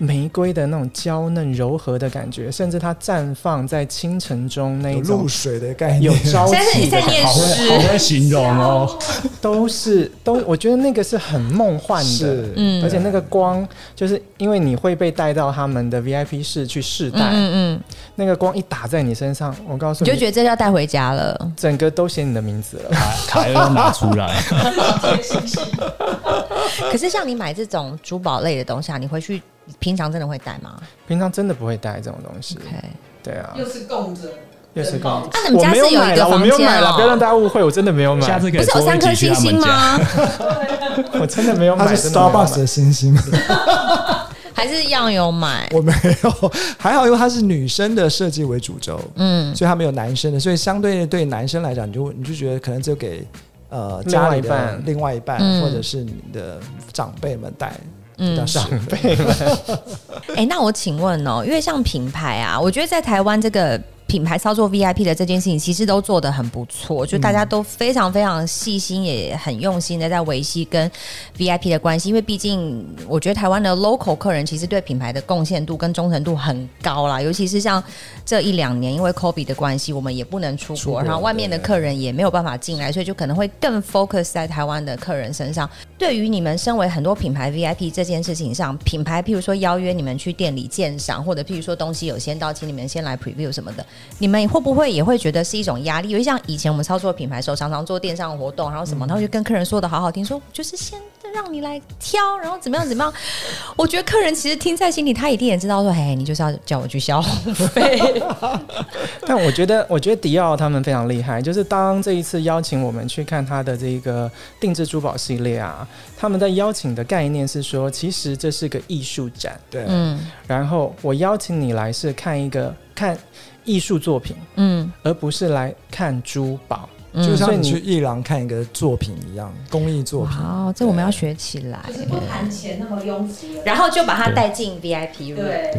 Speaker 4: 玫瑰的那种娇嫩柔和的感觉，甚至它绽放在清晨中那一
Speaker 2: 有
Speaker 4: 种
Speaker 2: 露水的概
Speaker 4: 有
Speaker 2: 念，
Speaker 4: 朝
Speaker 1: 但是
Speaker 4: 气
Speaker 1: 你
Speaker 4: 的
Speaker 1: 在
Speaker 4: 感觉，
Speaker 1: 念
Speaker 3: 好会好
Speaker 1: 诗，
Speaker 3: 会形容哦，
Speaker 4: 都是都，我觉得那个是很梦幻的，
Speaker 2: 是
Speaker 1: 嗯
Speaker 4: 而且那个光，就是因为你会被带到他们的 VIP 室去试戴，
Speaker 1: 嗯嗯，
Speaker 4: 那个光一打在你身上，我告诉
Speaker 1: 你
Speaker 4: 你，
Speaker 1: 就觉得这要带回家了。
Speaker 4: 整个都写你的名字了。
Speaker 3: 凯尔拿出来，
Speaker 5: 贴星星，
Speaker 1: 可是像你买这种珠宝类的东西啊，你回去平常真的会戴吗
Speaker 4: 平常真的不会带这种东西，
Speaker 1: ？OK，
Speaker 4: 对啊，
Speaker 5: 又是供着，
Speaker 4: 又是光。
Speaker 1: 啊你们家
Speaker 4: 我没
Speaker 1: 是有
Speaker 4: 买
Speaker 1: 一个
Speaker 4: 啦我没有
Speaker 1: 房间
Speaker 4: 买了，
Speaker 1: 哦
Speaker 4: 不要让大家误会，我真的没有
Speaker 3: 下
Speaker 4: 买，
Speaker 3: 次 可
Speaker 1: 不
Speaker 3: 以
Speaker 1: 是有
Speaker 3: 多
Speaker 1: 三
Speaker 3: 一
Speaker 1: 颗
Speaker 3: 集
Speaker 1: 星
Speaker 3: 去他
Speaker 1: 星
Speaker 3: 们家。
Speaker 1: 吗？
Speaker 4: 我真的没有买。
Speaker 2: 它是
Speaker 4: 真的没有买
Speaker 2: Starbucks 的星星，
Speaker 1: 还是一样有买？
Speaker 2: 我没有，还好，因为它是女生的设计为主轴，
Speaker 1: 嗯，
Speaker 2: 所以它没有男生的，所以相对对男生来讲，你就你就觉得可能就给呃
Speaker 4: 另
Speaker 2: 家
Speaker 4: 外一
Speaker 2: 里的
Speaker 4: 半
Speaker 2: 另外一半
Speaker 1: 嗯
Speaker 2: 或者是你的长辈们带
Speaker 1: 嗯
Speaker 2: 比较适合。
Speaker 1: 哎、那我请问哦，因为像品牌啊，我觉得在台湾这个。品牌操作 VIP 的这件事情，其实都做得很不错，就大家都非常非常细心，也很用心的在维系跟 VIP 的关系。因为毕竟，我觉得台湾的 local 客人其实对品牌的贡献度跟忠诚度很高啦，尤其是像这一两年因为 COVID 的关系，我们也不能出国，
Speaker 2: 出国
Speaker 1: 然后外面的
Speaker 2: 对
Speaker 1: 客人也没有办法进来，所以就可能会更 focus 在台湾的客人身上。对于你们身为很多品牌 VIP 这件事情上，品牌譬如说邀约你们去店里鉴赏，或者譬如说东西有先到，请你们先来 preview 什么的，你们会不会也会觉得是一种压力？因为像以前我们操作品牌的时候，常常做电商活动，然后什么，然后就跟客人说的好好听，说就是先让你来挑，然后怎么样怎么样。我觉得客人其实听在心里，他一定也知道说，嘿，你就是要叫我去消 费。
Speaker 4: 但我觉得，我觉得迪奥他们非常厉害，就是当这一次邀请我们去看他的这个定制珠宝系列啊，他们在邀请的概念是说，其实这是个艺术展，
Speaker 2: 对，
Speaker 1: 嗯
Speaker 4: 然后我邀请你来是看一个看艺术作品，
Speaker 1: 嗯，
Speaker 4: 而不是来看珠宝。
Speaker 1: 嗯
Speaker 2: 就像你
Speaker 4: 所
Speaker 2: 去
Speaker 4: 以
Speaker 2: 伊朗看一个作品一样，工艺作品。
Speaker 1: 好，这我们要学起来。
Speaker 5: 就是不谈钱那么庸俗了。
Speaker 1: 然后就把他带进 VIP 入。
Speaker 5: 对，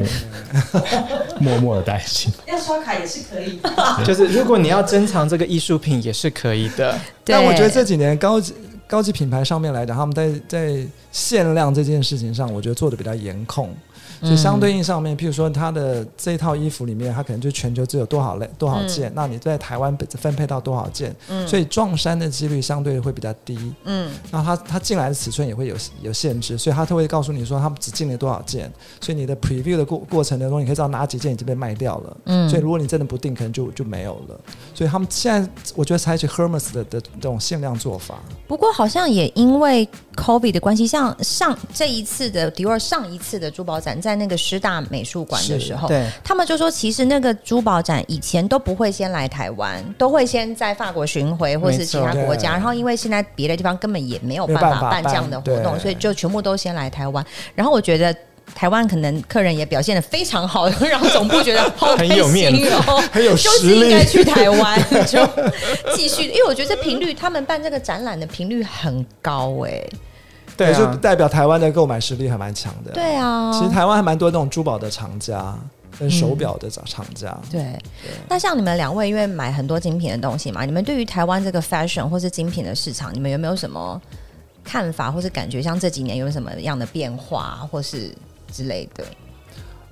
Speaker 3: 默默的带进，
Speaker 5: 要刷卡也是可以的。
Speaker 4: 就是如果你要珍藏这个艺术品，也是可以的。
Speaker 2: 但我觉得这几年高级高级品牌上面来讲，他们在在限量这件事情上，我觉得做的比较严控。所以相
Speaker 1: 嗯
Speaker 2: 对应上面，譬如说它的这套衣服里面，它可能就全球只有多少类多少件，那你在台湾分配到多少件，所以撞衫的几率相对会比较低。
Speaker 1: 嗯
Speaker 2: 那它它进来的尺寸也会有有限制，所以它都会告诉你说他们只进了多少件，所以你的 preview 的过过程当中，你可以知道哪几件已经被卖掉了。
Speaker 1: 嗯
Speaker 2: 所以如果你真的不定，可能就就没有了。所以他们现在我觉得采取 Hermes 的的这种限量做法，
Speaker 1: 不过好像也因为 COVID 的关系，像像上这一次的迪奥上一次的珠宝展，在那个师大美术馆的时候，
Speaker 4: 对
Speaker 1: 他们就说，其实那个珠宝展以前都不会先来台湾，都会先在法国巡回或是
Speaker 4: 没
Speaker 1: 其
Speaker 4: 错
Speaker 1: 他国家。
Speaker 2: 对
Speaker 1: 然后因为现在别的地方根本也没有
Speaker 2: 没
Speaker 1: 办
Speaker 2: 有办
Speaker 1: 法
Speaker 2: 法
Speaker 1: 办这样
Speaker 2: 办
Speaker 1: 的活动，
Speaker 2: 对
Speaker 1: 所以就全部都先来台湾。然后我觉得。台湾可能客人也表现的非常好，让总部觉得好开
Speaker 4: 很
Speaker 1: 心
Speaker 4: 有 面子
Speaker 1: 哦，
Speaker 2: 很有
Speaker 1: 就
Speaker 2: 实
Speaker 1: 是应
Speaker 2: 力
Speaker 1: 该去台湾，就继续，因为我觉得这频率，他们办这个展览的频率很高哎、
Speaker 4: 对
Speaker 2: 就
Speaker 4: 啊，
Speaker 2: 代表台湾的购买实力还蛮强的。，
Speaker 1: 对啊，
Speaker 2: 其实台湾还蛮多那种珠宝的厂家跟手表的厂家。
Speaker 1: 嗯对，那像你们两位，因为买很多精品的东西嘛，你们对于台湾这个 fashion 或是精品的市场，你们有没有什么看法，或是感觉？像这几年有什么样的变化，或是之类的？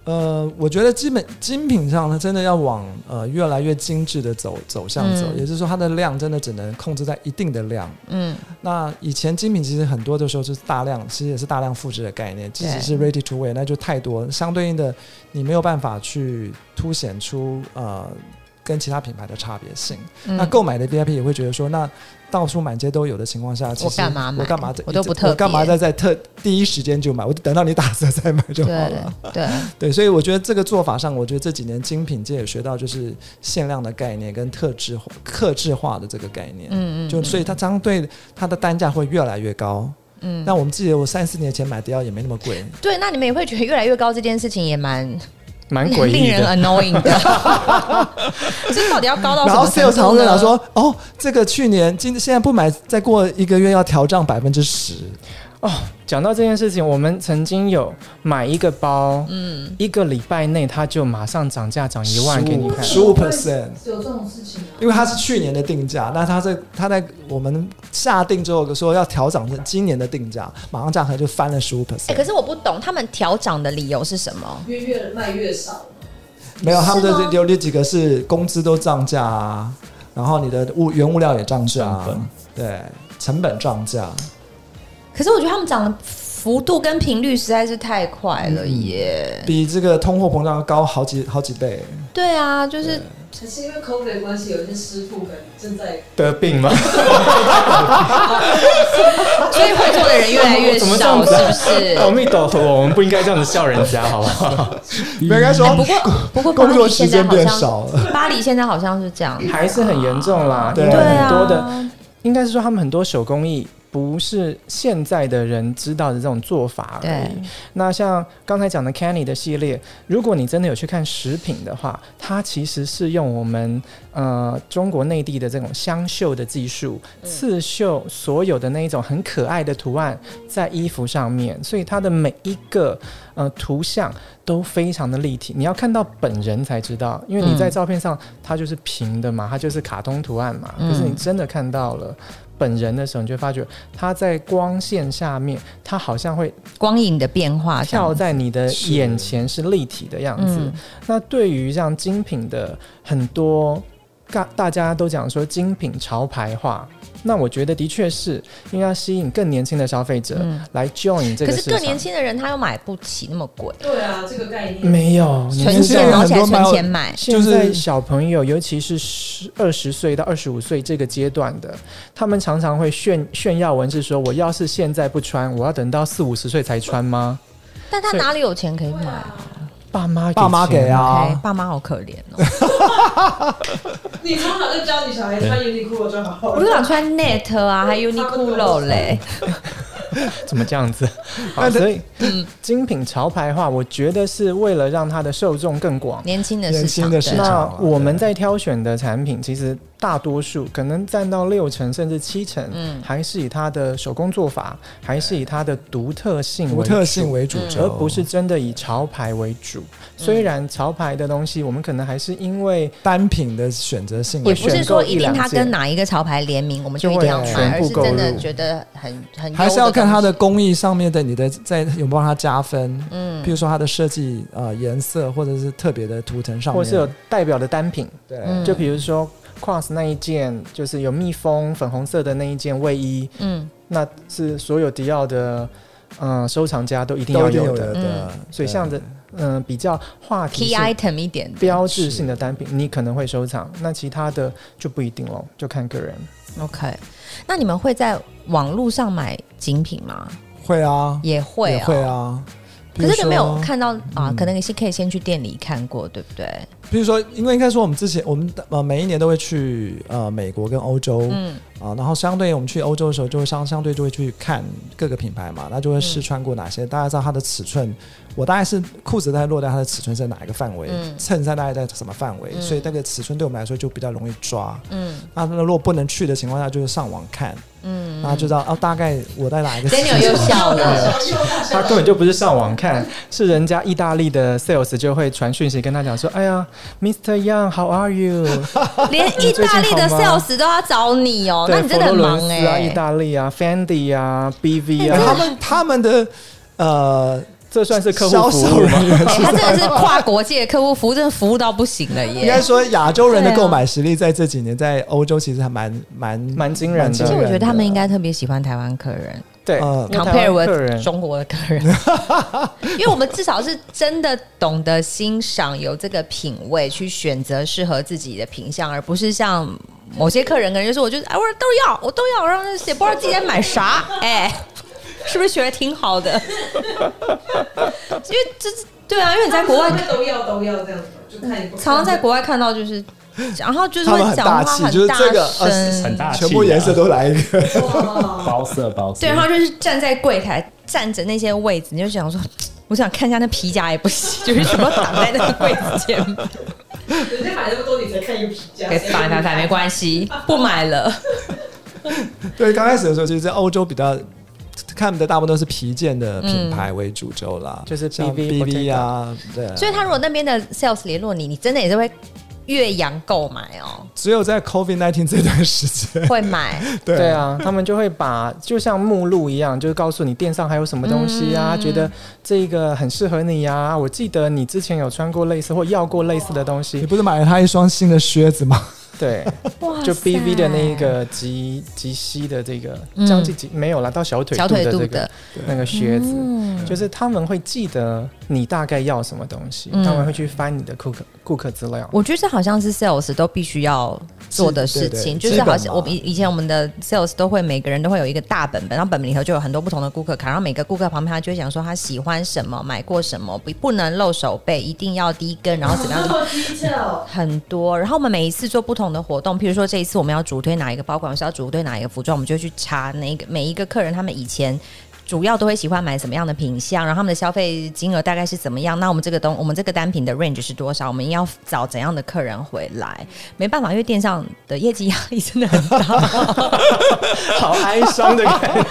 Speaker 2: 呃，我觉得基本精品上呢，真的要往呃越来越精致的走走向走，
Speaker 1: 嗯
Speaker 2: 也就是说它的量真的只能控制在一定的量。
Speaker 1: 嗯，
Speaker 2: 那以前精品其实很多的时候就是大量，其实也是大量复制的概念，即使是 ready to wear，那就太多，相对应的你没有办法去凸显出呃跟其他品牌的差别性。
Speaker 1: 嗯
Speaker 2: 那购买的 VIP 也会觉得说，那到处满街都有的情况下，其实
Speaker 1: 干嘛买
Speaker 2: 我干嘛在
Speaker 1: 我都不特别
Speaker 2: 我干嘛在在特第一时间就买？我就等到你打折再买就好
Speaker 1: 对
Speaker 2: 了。
Speaker 1: 对，
Speaker 2: 对，所以我觉得这个做法上，我觉得这几年精品界也学到就是限量的概念跟特制化、克制化的这个概念。
Speaker 1: 嗯嗯，
Speaker 2: 就所以它相对它的单价会越来越高。
Speaker 1: 嗯
Speaker 2: 那我们记得我三四年前买迪奥也没那么贵，
Speaker 1: 对，那你们也会觉得越来越高这件事情也蛮
Speaker 4: 蛮诡
Speaker 1: 令
Speaker 4: 异
Speaker 1: 人
Speaker 4: 的。
Speaker 1: annoying 的，这到底要高到什
Speaker 2: 然
Speaker 1: 么
Speaker 2: 后
Speaker 1: 程
Speaker 2: sales 常
Speaker 1: 度
Speaker 2: 跟
Speaker 1: 呢？
Speaker 2: 我说：“哦，这个去年今现在不买，再过一个月要调涨百分之十。
Speaker 4: 讲到这件事情，我们曾经有买一个包，嗯，一个礼拜内它就马上涨价涨一万给你看，
Speaker 2: 15% 15%
Speaker 5: 有这种事情啊？
Speaker 2: 因为它是去年的定价，那它在它在我们下定之后说要调涨成今年的定价，马上价格就翻了十五 percent。
Speaker 1: 哎、可是我不懂他们调涨的理由是什么？
Speaker 5: 越越卖越少，
Speaker 2: 没有，他们
Speaker 1: 是
Speaker 2: 的
Speaker 1: 吗
Speaker 2: 有那几个是工资都涨价啊，然后你的物原物料也涨价、
Speaker 3: 成
Speaker 2: 啊，对，成本涨价。
Speaker 1: 可是我觉得他们涨的幅度跟频率实在是太快了耶。
Speaker 2: 比这个通货膨胀高好几好几倍。
Speaker 1: 对啊，就是
Speaker 5: 可是因为 COVID 的关系，有一些师傅们正在
Speaker 4: 得病吗？
Speaker 1: 所以会做的人越来越
Speaker 4: 怎么这
Speaker 1: 少，
Speaker 4: 样
Speaker 1: 是哎
Speaker 4: 子
Speaker 1: 不
Speaker 4: 啊阿
Speaker 1: 是？
Speaker 4: 弥陀佛，我们不应该这样子笑人家，好不好？
Speaker 2: 没有应该说，
Speaker 1: 哎不过不过
Speaker 2: 工
Speaker 1: 巴
Speaker 2: 作
Speaker 1: 黎
Speaker 2: 时
Speaker 1: 现在
Speaker 2: 间
Speaker 1: 好
Speaker 2: 变
Speaker 1: 像
Speaker 2: 少了。
Speaker 1: 巴黎现在好像是这样，
Speaker 4: 还是很严重啦，因
Speaker 2: 对
Speaker 4: 为
Speaker 1: 对
Speaker 4: 很
Speaker 1: 啊，
Speaker 4: 多的，应该是说他们很多手工艺不是现在的人知道的这种做法而
Speaker 1: 对
Speaker 4: 已。那像刚才讲的 Canny 的系列，如果你真的有去看食品的话，它其实是用我们呃中国内地的这种湘绣的技术，刺绣所有的那一种很可爱的图案在衣服上面，所以它的每一个呃图像都非常的立体，你要看到本人才知道，因为你在
Speaker 1: 嗯
Speaker 4: 照片上它就是平的嘛，它就是卡通图案嘛，
Speaker 1: 嗯
Speaker 4: 可是你真的看到了。本人的时候，你就发觉它在光线下面，它好像会
Speaker 1: 光影的变化这
Speaker 4: 跳
Speaker 1: 样，
Speaker 4: 在你的
Speaker 2: 是
Speaker 4: 眼前是立体的样子。
Speaker 1: 嗯
Speaker 4: 那对于像精品的很多，大大家都讲说精品潮牌化，那我觉得的确是因为要吸引更年轻的消费者
Speaker 1: 嗯。
Speaker 4: 来 join 这
Speaker 1: 可
Speaker 4: 个
Speaker 1: 是
Speaker 4: 市场。
Speaker 1: 更年轻的人他又买不起那么贵，
Speaker 5: 对啊，这个概念。
Speaker 4: 没有，你
Speaker 1: 存钱，
Speaker 4: 们
Speaker 2: 现在
Speaker 1: 然后
Speaker 2: 很
Speaker 1: 起
Speaker 2: 多
Speaker 1: 来存
Speaker 2: 买
Speaker 1: 钱买，
Speaker 4: 现
Speaker 2: 就是
Speaker 4: 在小朋友，尤其是十二十岁到二十五岁这个阶段的，他们常常会炫炫耀文是说：“我要是现在不穿，我要等到四五十岁才穿吗
Speaker 1: 但他
Speaker 4: 所以
Speaker 1: 哪里有钱可以买啊？”
Speaker 4: 爸妈
Speaker 2: 爸妈给
Speaker 4: 钱
Speaker 1: ？OK，
Speaker 2: 啊，
Speaker 1: 爸妈好可怜哦，
Speaker 5: 你从小就教你小孩穿 Uniqlo 就好
Speaker 1: 我
Speaker 5: 了
Speaker 1: 就。想穿 Net 啊，还 Uniqlo 嘞，
Speaker 4: 怎么这 样子？好，
Speaker 2: 但是
Speaker 4: 所以
Speaker 1: 嗯
Speaker 4: 精品潮牌化，我觉得是为了让它的受众更广。
Speaker 1: 年轻的
Speaker 2: 年
Speaker 1: 市
Speaker 2: 轻
Speaker 1: 场
Speaker 2: 的市
Speaker 1: 对
Speaker 2: 场
Speaker 4: 那
Speaker 2: 啊
Speaker 4: 我们在挑选的产品，其实大多数可能占到六成甚至七成，
Speaker 1: 嗯
Speaker 4: 还是以它的手工做法，还是以它的独特性
Speaker 2: 独
Speaker 4: 为
Speaker 2: 特
Speaker 4: 主
Speaker 2: 性为主
Speaker 1: 嗯
Speaker 2: 轴，
Speaker 4: 而不是真的以潮牌为主。虽然潮牌的东西，我们可能还是因为
Speaker 2: 单品的选择性
Speaker 1: 也
Speaker 2: 为主。
Speaker 1: 不是说一定它
Speaker 4: 选购一两
Speaker 1: 跟
Speaker 4: 件
Speaker 1: 哪一个潮牌联名，我们就一
Speaker 4: 就
Speaker 1: 定
Speaker 4: 会
Speaker 1: 要买，而
Speaker 4: 全部
Speaker 1: 是真的
Speaker 4: 购入
Speaker 1: 觉得很很
Speaker 2: 还是要看它
Speaker 1: 它
Speaker 2: 的工艺上面的你的在有没有帮它加分，
Speaker 1: 嗯
Speaker 2: 譬如说它的设计呃颜色或者是特别的图腾上面，
Speaker 4: 或是有代表的单品，
Speaker 2: 对、
Speaker 1: 嗯
Speaker 4: 就比如说 Cross 那一件，就是有蜜蜂粉红色的那一件卫衣，
Speaker 1: 嗯
Speaker 4: 那是所有迪奥的嗯、呃收藏家都一定
Speaker 2: 都
Speaker 4: 要
Speaker 2: 一定
Speaker 4: 有
Speaker 2: 有
Speaker 4: 的
Speaker 2: 的。的
Speaker 1: 嗯，
Speaker 4: 所以像这嗯、呃比较话
Speaker 1: ，key
Speaker 4: 题性、
Speaker 1: item 一点的
Speaker 4: 标志性的单品，你可能会收藏，那其他的就不一定喽，就看个人。
Speaker 1: OK，那你们会在网络上买精品吗？
Speaker 2: 会啊，
Speaker 1: 也会
Speaker 2: 也
Speaker 1: 啊、
Speaker 2: 会啊。比
Speaker 1: 可
Speaker 2: 如
Speaker 1: 是你没有
Speaker 2: 说
Speaker 1: 看到啊，可能是可以先去店里看过，对不对？
Speaker 2: 比如说，因为应该说我们之前我们呃每一年都会去呃美国跟欧洲，
Speaker 1: 嗯
Speaker 2: 啊，然后相对我们去欧洲的时候，就会相相对就会去看各个品牌嘛，那就会试穿过哪些，大家知道它的尺寸，我大概是裤子大概落在它的尺寸在哪一个范围，
Speaker 1: 嗯
Speaker 2: 衬衫大概在什么范围，所以那个尺寸对我们来说就比较容易抓。
Speaker 1: 嗯
Speaker 2: 那那如果不能去的情况下，就是上网看，
Speaker 1: 嗯，
Speaker 2: 那就知道哦，大概我在哪一个尺寸。
Speaker 1: ，Daniel 又笑了。
Speaker 4: 他根本就不是上网看，是人家意大利的 sales 就会传讯息跟他讲说：“哎呀，Mr. Young，how are you？”
Speaker 1: 连意大利的
Speaker 4: 你最近好吗
Speaker 1: sales 都要找你哦、那
Speaker 4: 对，
Speaker 1: 你真
Speaker 4: 佛
Speaker 1: 的
Speaker 4: 罗
Speaker 1: 很忙
Speaker 4: 伦
Speaker 1: 哎、
Speaker 4: 斯啊，意大利啊，Fendi 啊 ，BV
Speaker 2: 他
Speaker 4: 啊，
Speaker 2: 们他们的呃
Speaker 4: 这算是客户
Speaker 2: 销
Speaker 4: 服
Speaker 2: 售
Speaker 4: 务吗？
Speaker 2: 人员
Speaker 1: 哎他真的是跨国界客户服务，真的服务到不行了
Speaker 2: 应该
Speaker 1: 耶。
Speaker 2: 说亚洲人的
Speaker 1: 对啊
Speaker 2: 购买实力在这几年在欧洲其实还蛮蛮
Speaker 4: 蛮惊人
Speaker 1: 其
Speaker 4: 的
Speaker 1: 实我觉得他们应该
Speaker 2: 该
Speaker 1: 特别喜欢台湾客人
Speaker 4: 对
Speaker 2: 呃
Speaker 4: 因为
Speaker 1: ，compare
Speaker 4: 台湾客
Speaker 1: with
Speaker 4: 人
Speaker 1: 中国的客 人，因为我们至少是真的懂得欣赏，有这个品味去选择适合自己的品相，而不是像某些客人可能就说，我就哎，我都要，我都要，然后也不知道自己在买 啥，哎，是不是学的挺好的？因为这是对啊，因为你在国外
Speaker 5: 都要都要这样子，就看你不看
Speaker 1: 常常在国外看到，就是然后就是
Speaker 2: 啊他
Speaker 1: 会
Speaker 2: 们很
Speaker 1: 讲话
Speaker 2: 大气
Speaker 1: 很
Speaker 2: 就是这个呃
Speaker 1: 大声
Speaker 3: 很大气啊，
Speaker 2: 全部颜色都来一个。
Speaker 5: 哇
Speaker 3: 包色包色。
Speaker 1: 对，然后就是站在柜台站着那些位置，你就想说，我想看一下那皮夹也不行，就是全部挡在那个柜子前面，
Speaker 5: 人家买那么多，你才看一个皮 夹，
Speaker 1: 给反打反没关系， 不买了。
Speaker 2: 对，刚开始的时候，其实在欧洲比较看的大部分都是皮件的品牌为主轴啦，
Speaker 4: 嗯就是
Speaker 2: 像
Speaker 4: BV
Speaker 2: BV 啊，对。
Speaker 1: 所以他如果那边的 sales 联络你，你真的也是会越洋购买哦，
Speaker 2: 只有在 COVID nineteen 这段时间，
Speaker 1: 会买。
Speaker 2: 对
Speaker 4: 对啊，他们就会把就像目录一样，就是告诉你店上还有什么东西啊，
Speaker 2: 嗯
Speaker 4: 觉得这个很适合你呀、啊我记得你之前有穿过类似或要过类似的东
Speaker 2: 你
Speaker 4: 西，
Speaker 2: 不是买了他一双新的靴子吗？
Speaker 4: 对，
Speaker 1: 哇
Speaker 4: 就
Speaker 1: 塞
Speaker 4: BV 的那一个及及膝的这个
Speaker 1: 嗯
Speaker 4: 将近及没有啦，到小腿
Speaker 1: 小
Speaker 4: 肚
Speaker 1: 腿
Speaker 4: 的
Speaker 1: 肚
Speaker 4: 这个
Speaker 1: 的，
Speaker 4: 那个靴子。
Speaker 1: 嗯
Speaker 4: 就是他们会记得你大概要什么东西，
Speaker 1: 嗯
Speaker 4: 他们会去翻你的顾客顾客资料。
Speaker 1: 我觉得这好像是 sales 都必须要做的事情，
Speaker 2: 是对对
Speaker 1: 就是好
Speaker 2: 基
Speaker 1: 像
Speaker 2: 本嘛
Speaker 1: 我们以以前我们的 sales 都会每个人都会有一个大本本，然后本本里头就有很多不同的顾客卡，然后每个顾客旁边他就会讲说他喜欢什么，买过什么，不不能露手背，一定要低跟，然后怎么样
Speaker 5: 这。么低调，
Speaker 1: 很多，然后我们每一次做不同的活动，譬如说这一次我们要主推哪一个包款，我们是要主推哪一个服装，我们就去查哪一个每一个客人他们以前。主要都会喜欢买什么样的品相，然后他们的消费金额大概是怎么样？那我们这个东，我们这个单品的 range 是多少？我们要找怎样的客人回来？没办法，因为电商的业绩压力真的很大。
Speaker 4: 好哀伤的感觉。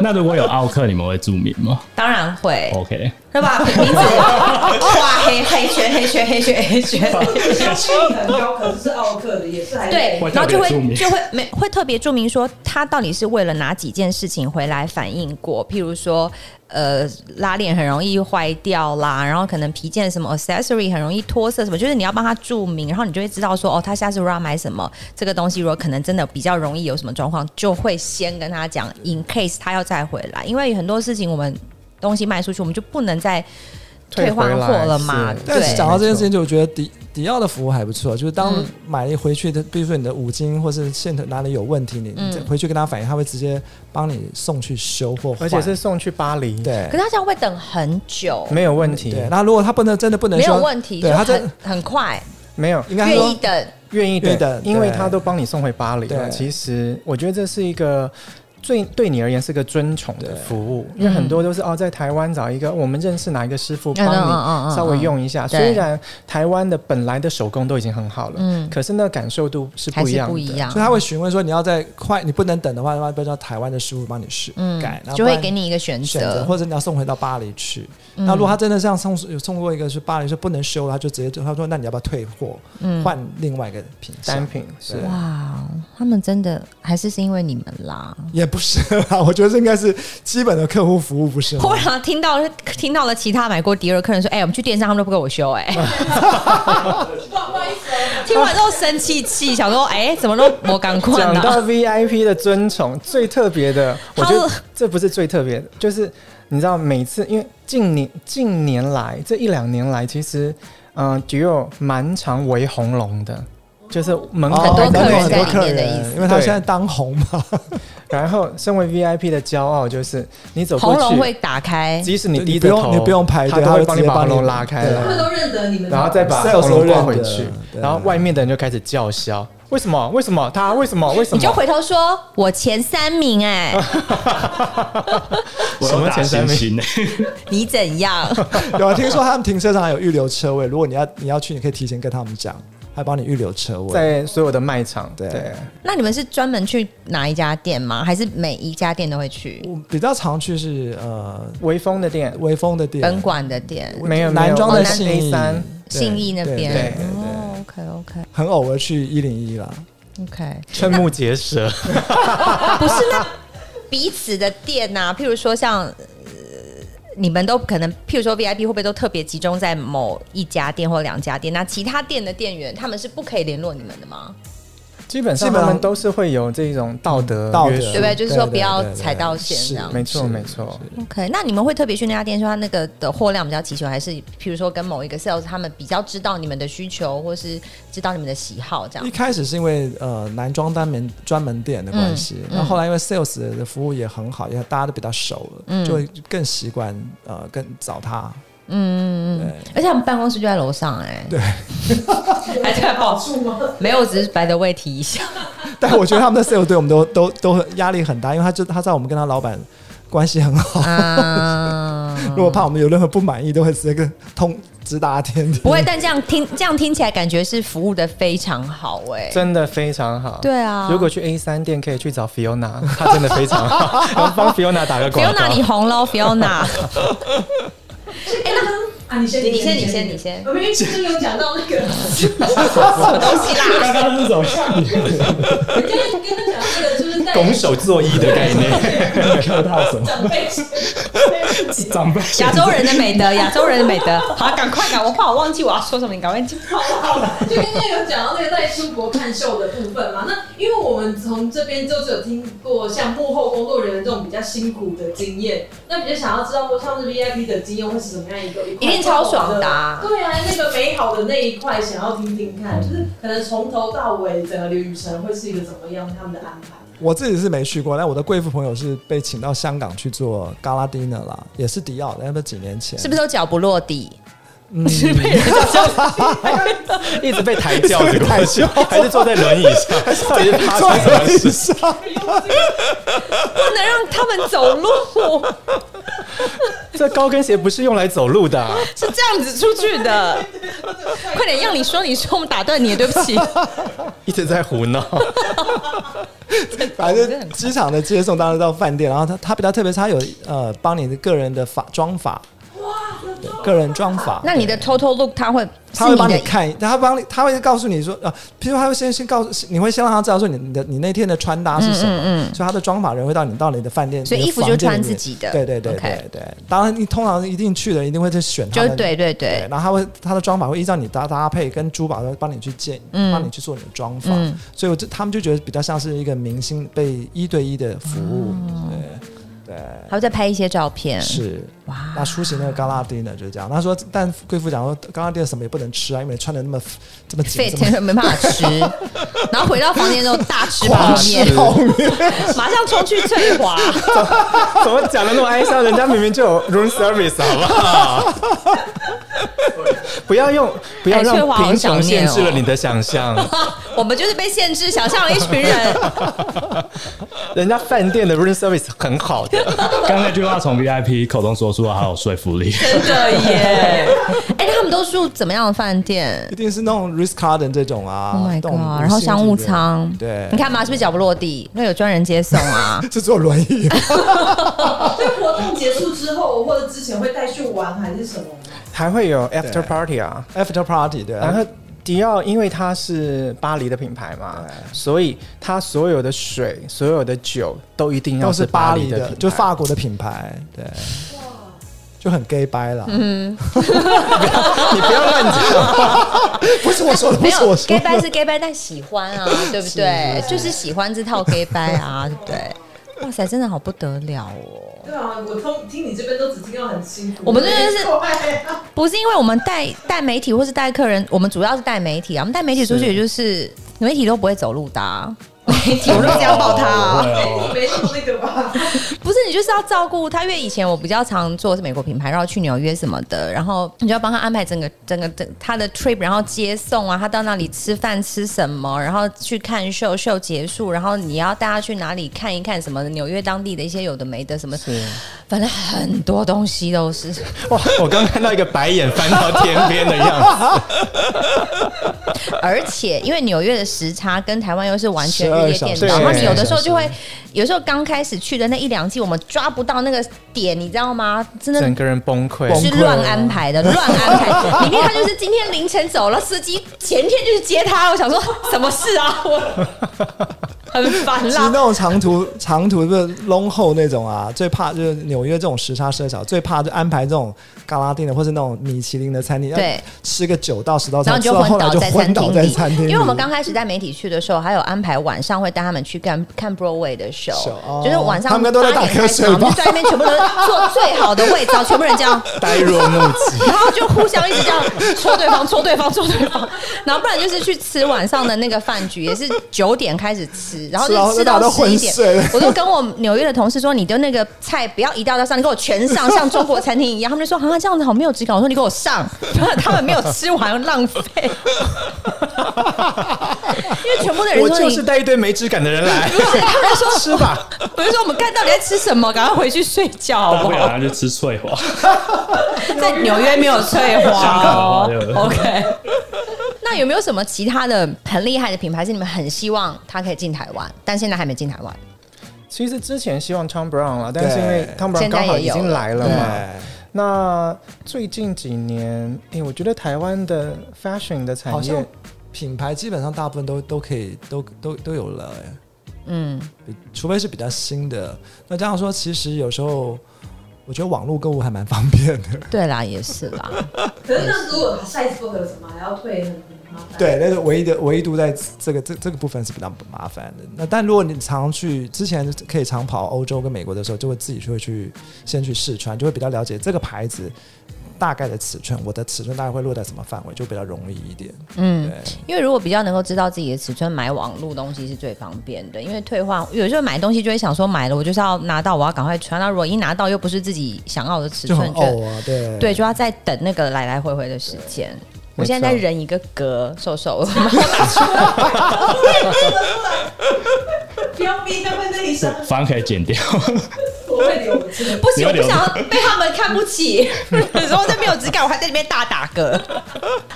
Speaker 3: 那如果有奥克，你们会注明吗
Speaker 1: 当然会，
Speaker 3: ？OK，
Speaker 1: 对吧？名字哇，黑黑圈，黑圈，黑圈， 黑圈。
Speaker 5: 消费很高，可是是奥克的，也是还是
Speaker 1: 对
Speaker 3: 会，
Speaker 1: 然后
Speaker 3: 特别
Speaker 1: 就会
Speaker 3: 注明
Speaker 1: 就会没会特别注明说他到底是为了哪几件事情回来反映过，譬如说呃拉链很容易坏掉啦，然后可能皮件什么 accessory 很容易脱色什么，就是你要帮他注明，然后你就会知道说哦，他下次如果要买什么这个东西，如果可能真的比较容易有什么状况，就会先跟他讲，in case 他要再回来，因为有很多事情我们东西卖出去，我们就不能再。退换
Speaker 4: 回
Speaker 1: 货
Speaker 4: 来
Speaker 1: 了嘛
Speaker 4: 是
Speaker 1: 对
Speaker 2: 但是讲到这件事情，
Speaker 4: 没
Speaker 2: 就我觉得迪迪奥的服务还不错，就是当
Speaker 1: 嗯
Speaker 2: 买了回去的，比如说你的五金或是线头哪里有问题，你你再
Speaker 1: 嗯
Speaker 2: 回去跟他反映，他会直接帮你送去修或
Speaker 4: 错，
Speaker 2: 换。
Speaker 4: 而且是送去巴黎，，
Speaker 2: 对
Speaker 1: 可是他这样会等很久，
Speaker 4: 没有问题，
Speaker 2: 对，那如果他不能真的不能
Speaker 1: 没有
Speaker 2: 说，
Speaker 1: 问题，
Speaker 2: 对
Speaker 1: 就
Speaker 2: 他真
Speaker 1: 很很快，
Speaker 4: 没有
Speaker 2: 应该
Speaker 1: 愿意
Speaker 2: 说
Speaker 1: 等。
Speaker 4: 愿意
Speaker 2: 愿意
Speaker 4: 的
Speaker 2: 的，
Speaker 4: 因为
Speaker 2: 对
Speaker 4: 他都帮你送回巴黎了。
Speaker 2: 对
Speaker 4: 其实我觉得这是一个。最对你而言是个尊崇的
Speaker 2: 对
Speaker 4: 服务，因为很多都是哦，在台湾找一个我们认识哪一个师傅帮
Speaker 1: 嗯嗯嗯嗯
Speaker 4: 你稍微用一下。
Speaker 1: 对
Speaker 4: 虽然台湾的本来的手工都已经很好了，
Speaker 1: 嗯
Speaker 4: 可是那感受度是
Speaker 1: 还
Speaker 4: 不一
Speaker 1: 是
Speaker 4: 样的。
Speaker 1: 不一样，
Speaker 2: 所以他会询问说，你要在快，你不能等的话，那不叫台湾的师傅帮你修改，然后
Speaker 1: 嗯就
Speaker 2: 不
Speaker 1: 会
Speaker 2: 然
Speaker 1: 给你一个选
Speaker 2: 选择，
Speaker 1: 择。
Speaker 2: 或者你要送回到巴黎去。
Speaker 1: 嗯
Speaker 2: 那如果他真的像送有送过一个是巴黎是不能修了，他就直接就他说，那你要不要退货，
Speaker 1: 嗯
Speaker 2: 换另外一个品
Speaker 4: 单
Speaker 2: 相？
Speaker 4: 品是
Speaker 2: 对
Speaker 1: 哇，他们真的还是是因为你们啦。
Speaker 2: 也不是啦，我觉得这应该是基本的客户服务，不是吗
Speaker 1: 忽？然听到听到了其他买过迪尔的客人说：“哎、我们去电商，他们都不给我修、哎，
Speaker 5: 不好意思哦，
Speaker 1: 听完之后生气气，想说：“哎、怎么都我啊赶快
Speaker 4: 讲
Speaker 1: 呢
Speaker 4: 到 VIP 的尊崇，最特别的，我觉得这不是最特别的，就是你知道，每次因为近年近年来这一两年来，其实嗯、呃、，Dior 蛮常围红龙的，就是门口
Speaker 1: 很多
Speaker 4: 那
Speaker 1: 客
Speaker 4: 个
Speaker 1: 人在
Speaker 2: 哦很
Speaker 1: 里面
Speaker 2: 多客
Speaker 1: 的意思
Speaker 2: 人，因为他现在当红嘛，
Speaker 4: 然后，身为 VIP 的骄傲就是你走过
Speaker 1: 喉咙会
Speaker 4: 去，
Speaker 1: 打开，
Speaker 4: 即使你低
Speaker 2: 你不
Speaker 4: 着
Speaker 2: 用
Speaker 4: 头，
Speaker 2: 你不用排
Speaker 4: 他
Speaker 2: 队
Speaker 4: 都
Speaker 2: 他
Speaker 4: 会
Speaker 2: 就
Speaker 4: 帮
Speaker 2: 直
Speaker 4: 你
Speaker 2: 接
Speaker 4: 把
Speaker 2: 帮
Speaker 4: 喉
Speaker 2: 你
Speaker 4: 咙拉开
Speaker 2: 对啊
Speaker 5: 他
Speaker 4: 来
Speaker 5: 们，都认得你们，
Speaker 4: 然后再把
Speaker 2: Sales
Speaker 4: 喉
Speaker 2: 都
Speaker 4: 咙挂
Speaker 2: 认
Speaker 4: 回
Speaker 2: 得
Speaker 4: 去，
Speaker 2: 对啊
Speaker 4: 然后外面的人就开始叫嚣：为什么？为什么他？为什么？为什
Speaker 1: 你
Speaker 4: 么？
Speaker 1: 就回头说：“我前三名、哎，
Speaker 3: 我
Speaker 4: 什么
Speaker 3: 要打
Speaker 4: 前
Speaker 3: 星
Speaker 4: 三名
Speaker 3: 星呢？
Speaker 1: 你怎样？
Speaker 2: 有啊听说他们停车场有预留车位，如果你要你要去，你可以提前跟他们讲，还帮你预留车位。
Speaker 4: 在所有的卖场，
Speaker 2: 对
Speaker 4: 对，
Speaker 1: 那你们是专门去哪一家店吗？还是每一家店都会去？
Speaker 2: 我比较常去是呃
Speaker 4: 微风的店
Speaker 2: 微风的店，
Speaker 1: 本馆的店，
Speaker 4: 没有
Speaker 2: 男装
Speaker 1: 哦
Speaker 2: 的
Speaker 1: 男
Speaker 2: 信
Speaker 4: A
Speaker 2: 义
Speaker 4: 三，
Speaker 2: 对
Speaker 1: 信义那
Speaker 2: 对
Speaker 1: 边。
Speaker 2: 对对
Speaker 1: 哦，OK OK
Speaker 2: 很偶尔去一零一啦。
Speaker 1: OK，
Speaker 4: 瞠目结舌。
Speaker 1: 不是那彼此的店呐、譬如说像。呃你们都可能，譬如说 VIP 会不会都特别集中在某一家店或两家店？那其他店的店员他们是不可以联络你们的吗？
Speaker 4: 基本上
Speaker 2: 基本
Speaker 4: 他
Speaker 2: 上嗯
Speaker 4: 们都是会有这种道德
Speaker 2: 道德
Speaker 4: 呃约束
Speaker 1: 对不对？就是说不要
Speaker 2: 对对对
Speaker 1: 踩到线
Speaker 2: 是
Speaker 1: 这样。
Speaker 4: 没错
Speaker 2: 是
Speaker 4: 没错，
Speaker 1: OK，那你们会特别去那家店说它那个的货量比较齐全，还是譬如说跟某一个 sales 他们比较知道你们的需求，或是知道你们的喜好这
Speaker 2: 一
Speaker 1: 样？
Speaker 2: 开始是因为呃男装单门专门店的关系，
Speaker 1: 嗯
Speaker 2: 那、后来因为 sales 的服务也很好，也大家都比较熟了，
Speaker 1: 嗯
Speaker 2: 就会更习惯呃更找他。
Speaker 1: 嗯，嗯嗯而且他们办公室就在楼上哎、对，还在
Speaker 5: 好
Speaker 1: 报
Speaker 5: 处吗？
Speaker 1: 没有，我只是白的位提一下。
Speaker 2: 但我觉得他们的 sales 对我们都 都都很压力很大，因为他就他知道我们跟他老板关系很好，
Speaker 1: 啊，
Speaker 2: 如果怕我们有任何不满意，都会直接跟通直达天庭。
Speaker 1: 不会，但这样听这样听起来感觉是服务的非常好哎、
Speaker 4: 真的非常好。
Speaker 1: 对啊，
Speaker 4: 如果去 A 三店可以去找 Fiona，她真的非常好，然后帮 Fiona 打个广
Speaker 1: Fiona 你
Speaker 4: 告。
Speaker 1: 红喽，Fiona，
Speaker 5: 哎，那啊，你先，
Speaker 1: 你先你先你先
Speaker 5: 我们之前有讲到那个，
Speaker 1: 什么东西啦？
Speaker 4: 刚刚是走向
Speaker 5: 跟跟他讲那个就是带
Speaker 4: 拱手作揖的概念，
Speaker 3: 看到什么？
Speaker 5: 长 辈，
Speaker 3: 长辈
Speaker 1: 亚洲人的 美德，亚洲人的美德。好，赶快赶，我怕我忘记我要说什么，你赶快讲。
Speaker 5: 好好，就刚刚有讲到那个在出国看秀的部分嘛，那因为我们从这边就只有听过像幕后工作人员这种比较辛苦的经验，那比较想要知道说他们的 VIP 的经验会是怎么样一个一块
Speaker 1: 一定超爽的啊嗯
Speaker 5: 对啊，那个美好的那一块想要听听看，就是可能从头到尾整个旅程会是一个怎么样他们的安排。
Speaker 2: 我自己是没去过，但我的贵妇朋友是被请到香港去做 gala dinner 啦，也是迪奥的，那不是几年前，
Speaker 1: 是不是都脚不落地？嗯
Speaker 4: 一直被抬轿 子过去，还是坐在轮椅上，到底是发生什么事？
Speaker 2: 是？
Speaker 1: 不能让他们走路，
Speaker 4: 这高跟鞋不是用来走路的 啊、
Speaker 1: 是这样子出去的。快点，让你说，你说，我们打断你，对不 起。
Speaker 4: 一直在胡闹。
Speaker 2: 反正机场的接送当然到饭店，然后他他比较特别，是他有呃帮你的个人的法妆法，哇，个人妆法。
Speaker 1: 那你的 total look 他会是
Speaker 2: 他会
Speaker 1: 你
Speaker 2: 帮你
Speaker 1: 的
Speaker 2: 看，他帮你，他会告诉你说，啊，譬如他会先先告诉，你会先让他知道说你你的你那天的穿搭是什么，所以他的妆法人会到你到你的饭店，
Speaker 1: 嗯所以
Speaker 2: 你的
Speaker 1: 衣服
Speaker 2: 房
Speaker 1: 就
Speaker 2: 间
Speaker 1: 穿
Speaker 2: 里面
Speaker 1: 自己的
Speaker 2: 对对对
Speaker 1: OK
Speaker 2: 对对。当然，你通常一定去的，一定会去选他
Speaker 1: 就
Speaker 2: 们
Speaker 1: 是对对对，
Speaker 2: 然后他会他的妆法会依照你搭搭配跟珠宝会帮你去建，帮你去做你的妆法，
Speaker 1: 嗯
Speaker 2: 所以我就他们就觉得比较像是一个明星被一对一的服务，
Speaker 1: 哦
Speaker 2: 对对
Speaker 1: 还会再拍一些照片。
Speaker 2: 是。
Speaker 1: 哇，
Speaker 2: 那出席那个高拉丁呢，就是这样。他说，但贵妇讲说，高拉丁什么也不能吃啊，因为穿的那么这么紧，
Speaker 1: fit
Speaker 2: 这么
Speaker 1: 没办法吃， 然后回到房间之后大 吃泡
Speaker 2: 狂吃
Speaker 1: 面，
Speaker 2: 泡面，
Speaker 1: 马上冲去翠华。
Speaker 4: 怎么讲的那么哀伤？人家明明就有 room service，好不好？ 不要用，不要
Speaker 1: 哎翠
Speaker 4: 让
Speaker 1: 华好
Speaker 4: 贫
Speaker 1: 想
Speaker 4: 穷限
Speaker 1: 念
Speaker 4: 制
Speaker 1: 哦
Speaker 4: 了你的想象。
Speaker 1: 我们就是被限制想象了一群 人。
Speaker 4: 人家饭店的 room service 很好 的，
Speaker 3: 刚那句话从 VIP 口中说出来，好有说服力。
Speaker 1: 真的 耶！哎、那他们都住怎么样的饭店
Speaker 2: 一定是那种 Ritz Carlton 这种啊
Speaker 1: ？Oh my
Speaker 2: 那种
Speaker 1: god！然后商务舱，
Speaker 2: 对
Speaker 1: 你看嘛，是不是脚不落地？那有专人接送
Speaker 2: 。
Speaker 1: 啊
Speaker 2: 是坐轮椅，
Speaker 5: 所以活动结束之后或者之前会带去玩还是什么吗？
Speaker 4: 还会有 after
Speaker 2: 对
Speaker 4: party 啊。
Speaker 2: after party 对啊，
Speaker 4: 然后迪奥因为它是巴黎的品牌嘛，所以它所有的水、所有的酒都一定要
Speaker 2: 都是
Speaker 4: 巴
Speaker 2: 巴黎
Speaker 4: 的
Speaker 2: 的
Speaker 4: 品，牌
Speaker 2: 就法国的品牌，对，就很 gay 掰啦。
Speaker 1: 嗯
Speaker 4: 你不要乱讲，
Speaker 2: 不是我说的，不
Speaker 1: 没
Speaker 2: 是
Speaker 1: 有
Speaker 2: 我说
Speaker 1: gay
Speaker 2: 的。
Speaker 1: 拜是 gay 拜，但喜欢啊，对不对？就是喜欢这套 gay 拜啊，对不对？哇塞，真的好不得了哦！
Speaker 5: 对啊，我通听你这边都只听到很辛苦，
Speaker 1: 我们这边是
Speaker 5: 快啊
Speaker 1: 不是因为我们带带媒体或是带客人，我们主要是带媒体啊。我们带媒体出去，也就是媒体都不会走路的啊、媒体，我就家暴他、 啊。
Speaker 3: 哦
Speaker 4: 哦
Speaker 5: 你没做那个吧？
Speaker 1: 不是，你就是要照顾他，因为以前我比较常做是美国品牌，然后去纽约什么的，然后你就要帮他安排整个整个整他的 trip，然后接送啊，他到那里吃饭吃什么，然后去看秀，秀结束，然后你要带他去哪里看一看什么的纽约当地的一些有的没的什么，
Speaker 4: 是
Speaker 1: 反正很多东西都是。
Speaker 4: 哇！我刚看到一个白眼翻到天边的样 子，
Speaker 1: 而且因为纽约的时差跟台湾又是完全日夜
Speaker 2: 12
Speaker 1: 颠
Speaker 2: 小
Speaker 4: 时
Speaker 1: 倒，那你有的时候
Speaker 2: 对
Speaker 1: 就会，有时候刚开始去的那一两季，我们抓不到那个点，你知道吗？真的。
Speaker 4: 整个人崩溃。
Speaker 2: 崩
Speaker 1: 是
Speaker 2: 溃
Speaker 1: 乱安排的，乱安 排。里面他就是今天凌晨走了，司机前天就去接他。我想说，什么事啊？我很烦
Speaker 2: 其实
Speaker 1: 啦
Speaker 2: 那。种长途长途的 long haul 那种啊，最怕就是纽约这种时差设小，最怕就安排这种嘎拉丁的或是那种米其林的餐厅，
Speaker 1: 对，
Speaker 2: 吃个九到十道
Speaker 1: 然
Speaker 2: 菜，
Speaker 1: 后你就
Speaker 2: 吃到后
Speaker 1: 昏
Speaker 2: 来
Speaker 1: 倒
Speaker 2: 就
Speaker 1: 在
Speaker 2: 昏
Speaker 1: 餐
Speaker 2: 倒
Speaker 1: 厅
Speaker 2: 在
Speaker 1: 里
Speaker 2: 餐厅，里，
Speaker 1: 因为我们刚开始带媒体去的时候，还有安排晚上会带他们去看看 Broadway 的 show，
Speaker 2: show，哦
Speaker 1: 就是晚上
Speaker 2: 他们应该都在
Speaker 1: 8点
Speaker 2: 打
Speaker 1: 开
Speaker 2: 瞌
Speaker 1: 始
Speaker 2: 睡
Speaker 1: 我们
Speaker 2: 吧
Speaker 1: 就在那边全部都是坐最好的位置，然后全部人这样
Speaker 4: 呆若木鸡，
Speaker 1: 然后就互相一直这样戳对方、戳对方、戳对方， 然后不然就是去吃晚上的那个饭局，也是九点开始 吃，然后就吃
Speaker 2: 吃
Speaker 1: 到
Speaker 2: 到大家都
Speaker 1: 十一
Speaker 2: 昏
Speaker 1: 点
Speaker 2: 睡了。
Speaker 1: 我就跟我纽约的同事说，你的那个菜不要一道道上，你给我全上，像中国餐厅一样。他们就说啊，这样子好没有质感。我说你给我上， 然后他们没有吃完浪费， 因为全部的人
Speaker 4: 我
Speaker 1: 说
Speaker 4: 就
Speaker 1: 你
Speaker 4: 是带一堆没质感的人来，吃吧。
Speaker 1: 不是说我们干到底在吃什么，赶快回去睡觉
Speaker 3: 大
Speaker 1: 好
Speaker 3: 哦不
Speaker 1: 不
Speaker 3: 了
Speaker 1: 好？
Speaker 3: 他就吃翠华，
Speaker 1: 在纽约没有翠
Speaker 3: 香
Speaker 1: 华
Speaker 3: 港的话
Speaker 1: 哦
Speaker 3: 就有。
Speaker 1: OK，那有没有什么其他的很厉害的品牌是你们很希望它可以进台湾，但现在还没进台湾？
Speaker 4: 其实之前希望 Tom Brown 了，但是
Speaker 2: 对
Speaker 4: 因为 Tom
Speaker 1: 现
Speaker 4: Brown
Speaker 1: 在
Speaker 4: 刚好
Speaker 1: 也
Speaker 4: 已
Speaker 1: 有
Speaker 4: 经来了
Speaker 2: 对
Speaker 4: 嘛。那最近几年，诶，我觉得台湾的 fashion 的
Speaker 2: 好
Speaker 4: 产
Speaker 2: 像
Speaker 4: 业，
Speaker 2: 品牌基本上大部分都都可以都都都有了、哎
Speaker 1: 嗯，
Speaker 2: 比除非是比较新的。那这样说，其实有时候我觉得网络购物还蛮方便的。
Speaker 1: 对啦，也是啦。
Speaker 5: 可是那如果他下一次不合什么，还要退很麻烦。
Speaker 2: 对，但是唯一的唯独在这个这这个部分是比较麻烦的。那但如果你常去之前可以常跑欧洲跟美国的时候，就会自己就会去先去试穿，就会比较了解这个牌子大概的尺寸，我的尺寸大概会落在什么范围，就比较容易一点。
Speaker 1: 嗯
Speaker 2: 对，
Speaker 1: 因为如果比较能够知道自己的尺寸，买网络东西是最方便的。因为退换，有时候买东西就会想说，买了我就是要拿到，我要赶快穿。那如果一拿到又不是自己想要的尺
Speaker 2: 就很
Speaker 1: 寸，就
Speaker 2: 偶啊，对
Speaker 1: 对，就要再等那个来来回回的时间。我现在在
Speaker 4: 没错
Speaker 1: 忍一个格，瘦瘦。
Speaker 5: 不要逼他们那里上，
Speaker 3: 反正可以剪掉。
Speaker 5: 我会留着。
Speaker 1: 不行，我不
Speaker 3: 你要留
Speaker 1: 想要被他们看不 起。有时候这没有质感，我还在那边大打嗝。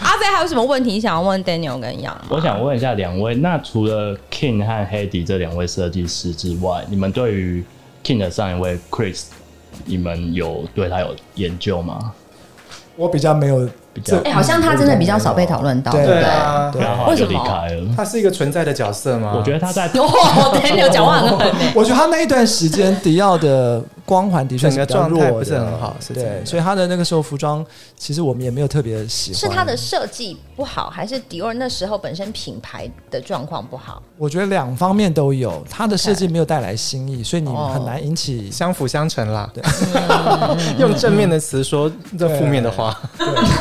Speaker 1: 阿飞还有什么问题想要问 Daniel 跟杨？
Speaker 3: 我想问一下两位，那除了 King 和 Hedy 这两位设计师之外，你们对于 King 的上一位 Chris，你们有对他有研究吗？
Speaker 2: 我比较没有嗯
Speaker 3: 比较
Speaker 1: 哎、好像他真的比较少被讨论到，
Speaker 2: 对
Speaker 1: 不对？
Speaker 4: 啊
Speaker 2: 对
Speaker 3: 然后他就
Speaker 1: 为什
Speaker 3: 离
Speaker 1: 么
Speaker 3: 开了。
Speaker 4: 他是一个存在的角色吗？
Speaker 3: 我觉得他在
Speaker 1: 哦，Daniel 讲话很狠欸
Speaker 2: 我觉得他那一段时间迪奥的光环的确是比较弱
Speaker 4: 整个状态
Speaker 2: 的，
Speaker 4: 不是很好是真
Speaker 2: 对，
Speaker 4: 的
Speaker 2: 所以他的那个时候服装，其实我们也没有特别喜 欢。
Speaker 1: 是他的，设计不好，还是迪奥那时候本身品牌的状况不好？
Speaker 2: 我觉得两方面都有，他的设计没有带来新意，所以你很难引起。
Speaker 4: 相辅相成啦。 用正面的词说这负面的话，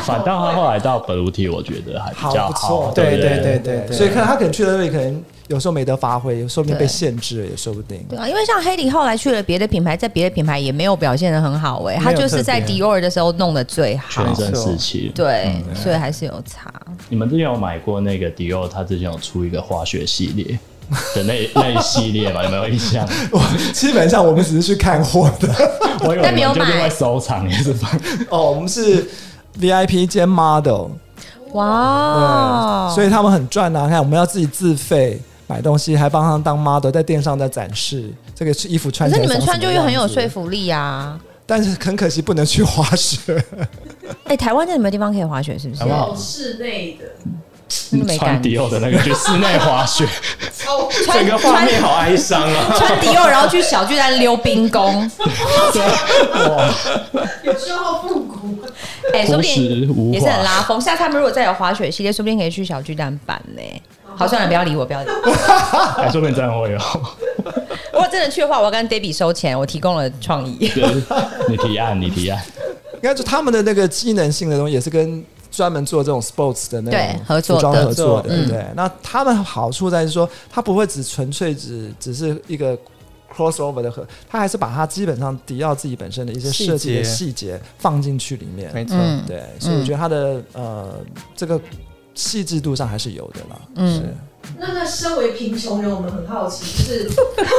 Speaker 3: 反倒他后来到 Blue T，我觉得还比较
Speaker 2: 好不错
Speaker 3: 好。
Speaker 2: 对
Speaker 3: 不
Speaker 4: 对对
Speaker 2: 所以看他可能去了那里，可能有时候没得发挥，说不定被限制了也说不定。
Speaker 1: 对啊，因为像黑迪后来去了别的品牌，在别的品牌也没有表现的很好哎、他
Speaker 4: 没有
Speaker 1: 就是
Speaker 4: 特
Speaker 1: 在
Speaker 4: 别
Speaker 1: 迪奥的时候弄的最好。
Speaker 3: 全身士气。嗯
Speaker 1: 对，所以还是有差。
Speaker 3: 你们之前有买过那个迪奥，他之前有出一个滑雪系列的那那一系列嘛？有没有印 象？
Speaker 2: 我 基本上我们只是去看货的。
Speaker 3: 我有，
Speaker 1: 但没有
Speaker 3: 就是
Speaker 1: 买
Speaker 3: 会收藏，也是放。
Speaker 2: 哦，我们是 VIP 兼 model，
Speaker 1: 哇、哦
Speaker 2: 对，所以他们很赚啊！看我们要自己自费买东西，还帮他们当 model，在电商在展示这个衣服穿
Speaker 1: 可
Speaker 2: 起
Speaker 1: 是
Speaker 2: 来。
Speaker 1: 你们穿就又很有说，服力啊！
Speaker 2: 但是很可惜不能去滑雪。
Speaker 1: 哎、台湾真的没有地方可以滑雪，是不是
Speaker 3: 台？湾
Speaker 5: 有室内的，
Speaker 1: 真的没感
Speaker 3: 穿迪
Speaker 1: 觉。
Speaker 3: 奥的那个去室内 滑雪，
Speaker 5: 哦，
Speaker 1: 穿
Speaker 4: 整个画面好哀伤啊！
Speaker 1: 穿迪奥，然后去小巨蛋溜冰 宫，
Speaker 5: 有时候复古。
Speaker 1: 哎、说不
Speaker 3: 同时
Speaker 1: 定
Speaker 3: 无
Speaker 1: 也
Speaker 3: 滑
Speaker 1: 是很拉风。下次他们如果再有滑雪系列，说不定可以去小巨蛋办呢、好，算了，不要理我，不要理我。
Speaker 3: 哎，说不定真的会哦有。
Speaker 1: 如果真的去的话，我要跟 Debbie 收钱，我提供了创意。
Speaker 3: 对，你提案，你提案。
Speaker 2: 应该就他们的那个机能性的东西也是跟专门做这种 sports 的那
Speaker 1: 对
Speaker 2: 种
Speaker 1: 合作
Speaker 2: 服装
Speaker 1: 的
Speaker 2: 合作的，
Speaker 1: 合作嗯
Speaker 2: 对。那他们好处在于说，它不会只纯粹只只是一个 crossover 的合，它还是把它基本上迪奥自己本身的一些设计的
Speaker 4: 细
Speaker 2: 细节放进去里面，
Speaker 4: 没错，
Speaker 1: 嗯，
Speaker 2: 对。所以我觉得它的呃这个细致度上还是有的啦，
Speaker 1: 嗯
Speaker 2: 是。
Speaker 5: 那那身为贫穷人，我们很好奇，就是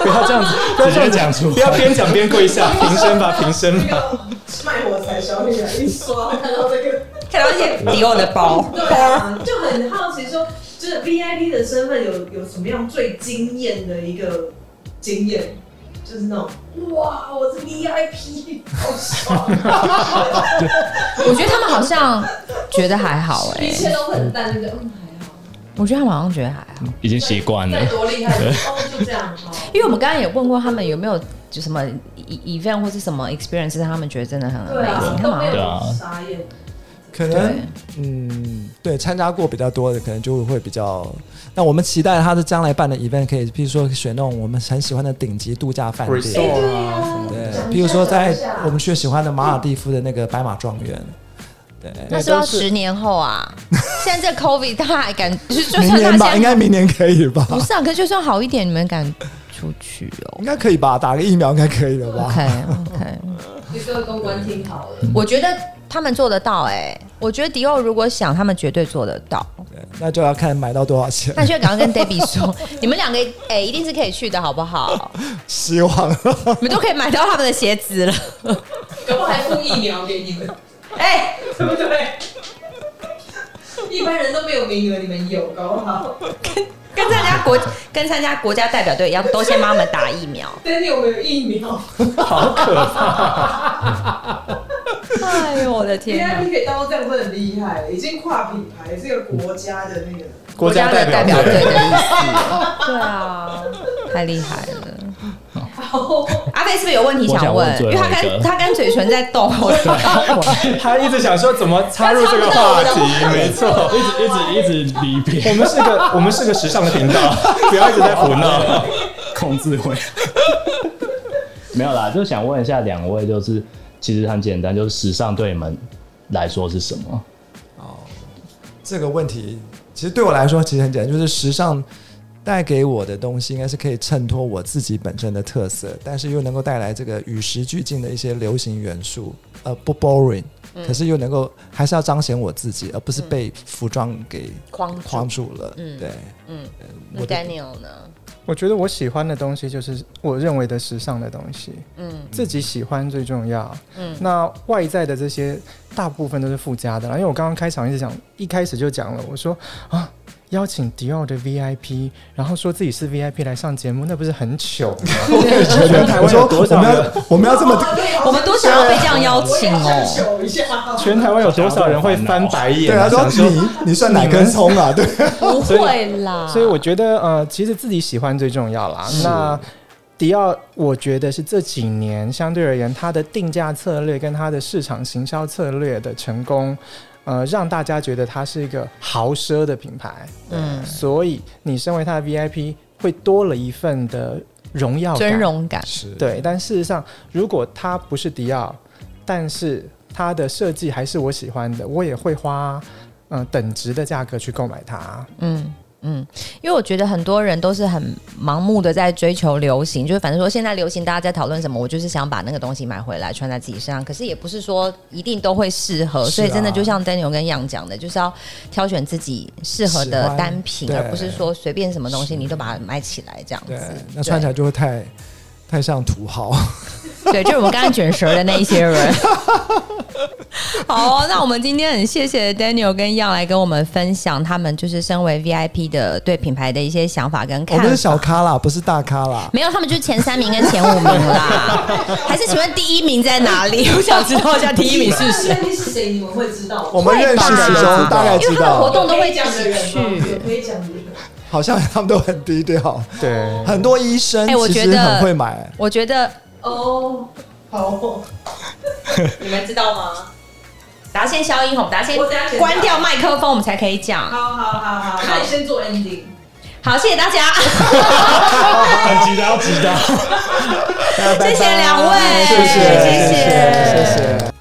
Speaker 4: 不要这样子，不要这样讲出，不要边讲边跪 下，平身 吧，平身
Speaker 5: 那
Speaker 4: 吧。
Speaker 5: 个卖火柴小女孩一刷看到这个，
Speaker 1: 看到一些迪奥的包
Speaker 5: 对啊，就很好奇说，就是 VIP 的身份有有什么样最惊艳的一个经验？就是那种哇，我是 VIP，好爽，啊
Speaker 1: 我觉得他们好像觉得还好哎、
Speaker 5: 一切都很淡定的，嗯，还好。
Speaker 1: 我觉得他们好像觉得还好，
Speaker 3: 已经习惯了
Speaker 5: 再。多 厉害，哦，就这样哦。
Speaker 1: 因为我们刚刚也问过他们有没有就什么 e- event 或是什么 experience 让他们觉得真的很
Speaker 5: 对啊
Speaker 1: amazing，，他
Speaker 5: 都
Speaker 1: 们好
Speaker 5: 没
Speaker 1: 像
Speaker 3: 对
Speaker 5: 有
Speaker 3: 啊
Speaker 5: 傻眼。
Speaker 2: 可能
Speaker 1: 对，
Speaker 2: 嗯，对，参加过比较多的，可能就会比较。那我们期待他的将来办的 event 可以，譬如说选那种我们很喜欢的顶级度假饭店，
Speaker 5: 哎，
Speaker 4: Resort
Speaker 5: 对呀，
Speaker 2: 对啊
Speaker 5: 讲，一下
Speaker 2: 譬如说在
Speaker 5: 讲一下
Speaker 2: 我们去喜欢的马尔蒂夫的那个白马庄园，
Speaker 1: 那哎是不是要十年后 啊？现在这 COVID 他还敢，就就
Speaker 2: 明
Speaker 1: 算
Speaker 2: 年
Speaker 1: 他
Speaker 2: 吧，
Speaker 1: 现
Speaker 2: 应
Speaker 1: 在
Speaker 2: 该明年可以吧？
Speaker 1: 不是啊，可是就算好一点，你们敢出去哦嗯
Speaker 2: 应该可以吧？打个疫苗应该可以了吧？
Speaker 1: ？OK OK，
Speaker 5: 对各位公关听好了，
Speaker 1: 我觉得他们做得到哎、我觉得迪奥如果想，他们绝对做得到。
Speaker 2: 对那就要看买到多少钱，
Speaker 1: 那就赶快跟 Debbie 说，你们两个哎、一定是可以去的好不好？
Speaker 2: 希望
Speaker 1: 你们都可以买到他们的鞋子 了。
Speaker 5: 搞不好还付疫苗给你们，哎，对不对？一般人都没有名额，你们有，搞不好。
Speaker 1: 跟参加国跟参加国家代表队一样，都先帮他们打疫苗。
Speaker 5: 但是有没有疫苗
Speaker 1: 哎呦我的
Speaker 5: ？VIP 可以当到这样，真的很厉害，已经跨品牌，是个国家的那个。
Speaker 4: 国家代表
Speaker 1: 国家的
Speaker 4: 队
Speaker 1: 代，的意思，对啊，太厉害了。
Speaker 5: 好，
Speaker 1: 阿飞是不是有问题想
Speaker 3: 我想
Speaker 1: 因
Speaker 3: 问
Speaker 1: 为
Speaker 3: 最
Speaker 1: 他
Speaker 3: 后一个
Speaker 1: 跟他跟嘴唇在动，
Speaker 4: 他一直想说怎么插入这个话题，没错。
Speaker 3: 一直一直一直离
Speaker 4: 我
Speaker 3: 别，
Speaker 4: 们是个我们是个时尚的频道，不要一直在胡闹。
Speaker 3: 控制回。 没有啦，就想问一下两位，就是其实很简单，就是时尚对你们来说是什么？
Speaker 2: 这个问题，其实对我来说其实很简单，就是时尚带给我的东西，应该是可以衬托我自己本身的特色，但是又能够带来这个与时俱进的一些流行元素，呃，不 boring，、可
Speaker 1: 嗯
Speaker 2: 是又能够还是要彰显我自己，而不是被服装给
Speaker 1: 框住
Speaker 2: 框住了。
Speaker 1: 嗯
Speaker 2: 对，
Speaker 1: 嗯
Speaker 2: 呃，
Speaker 1: 那
Speaker 2: 我的
Speaker 1: Daniel 呢？
Speaker 4: 我觉得我喜欢的东西就是我认为的时尚的东西，
Speaker 1: 嗯
Speaker 4: 自己喜欢最重要。
Speaker 1: 嗯
Speaker 4: 那外在的这些大部分都是附加的啦，因为我刚刚开场一直讲，一开始就讲了，我说啊，邀请迪奥的 VIP，然后说自己是 VIP 来上节目，那不是很糗吗？我也觉得台
Speaker 2: 我
Speaker 4: 湾
Speaker 2: 说
Speaker 4: 有
Speaker 2: 我
Speaker 4: 多少
Speaker 2: 们
Speaker 4: 人，
Speaker 2: 要我们要这
Speaker 5: 哦
Speaker 2: 么
Speaker 1: 我们都想要被这样邀请哦。
Speaker 5: 啊求一下，
Speaker 4: 全台湾有多少人会翻白眼？
Speaker 2: 对他
Speaker 4: 啊
Speaker 2: 说
Speaker 4: 想说
Speaker 2: 你你算哪根葱啊？对，
Speaker 1: 不会啦，
Speaker 4: 所以我觉得，呃，其实自己喜欢最重要啦。那迪奥，我觉得是这几年相对而言，它的定价策略跟它的市场行销策略的成功，呃，让大家觉得它是一个豪奢的品牌。
Speaker 1: 嗯
Speaker 4: 所以你身为它的 VIP，会多了一份的荣耀感
Speaker 1: 尊荣感，
Speaker 2: 是
Speaker 4: 对，但事实上，如果它不是迪奥，但是它的设计还是我喜欢的，我也会花嗯、呃等值的价格去购买它。
Speaker 1: 嗯。嗯，因为我觉得很多人都是很盲目的在追求流行，就是反正说现在流行，大家在讨论什么，我就是想把那个东西买回来穿在自己身上。可是也不是说一定都会适合，
Speaker 2: 是啊
Speaker 1: 所以真的就像 Daniel 跟样讲的，就是要挑选自己适合
Speaker 2: 喜
Speaker 1: 的
Speaker 2: 欢
Speaker 1: 单品，
Speaker 2: 对
Speaker 1: 而不是说随便什么东西你都把它买起来这样
Speaker 2: 对
Speaker 1: 子。，
Speaker 2: 那穿起来就会太太像土豪。
Speaker 1: 对，就是我们刚才卷舌的那一些 人。好、哦，那我们今天很谢谢 Daniel 跟样来跟我们分享他们就是身为 VIP 的对品牌的一些想法跟
Speaker 2: 我
Speaker 1: 看
Speaker 2: 们是
Speaker 1: 法。
Speaker 2: 小咖啦，不是大咖啦。
Speaker 1: 没有，他们就是前三名跟前五名 啦。还是请问第一名在哪里？ 我想知道一下第一名是谁。
Speaker 5: ？VIP 是谁？你们会知道吗？
Speaker 2: 我们认识其中大概
Speaker 1: 因为
Speaker 2: 知
Speaker 1: 他们活
Speaker 2: 道，
Speaker 1: 动都会一
Speaker 5: 讲
Speaker 1: 起
Speaker 5: 的人吗
Speaker 1: 去
Speaker 5: 有。可以讲的人。
Speaker 2: 好像他们都很低调。
Speaker 4: 对，
Speaker 2: 很多医生
Speaker 1: 哎我
Speaker 2: 其
Speaker 1: 觉
Speaker 2: 实
Speaker 1: 得
Speaker 2: 很会买，
Speaker 1: 我觉得
Speaker 5: 哦，好哦，
Speaker 1: 你们知道吗？达先消音吼，达先
Speaker 5: 我等下剪掉
Speaker 1: 关掉麦克风，我们才可以讲。
Speaker 5: 好好好好，那你先做 ending。
Speaker 1: 好，谢谢 大家，
Speaker 3: 很急的要急的。
Speaker 1: 谢谢两位，
Speaker 4: 谢谢
Speaker 1: 谢
Speaker 4: 谢谢
Speaker 2: 谢谢。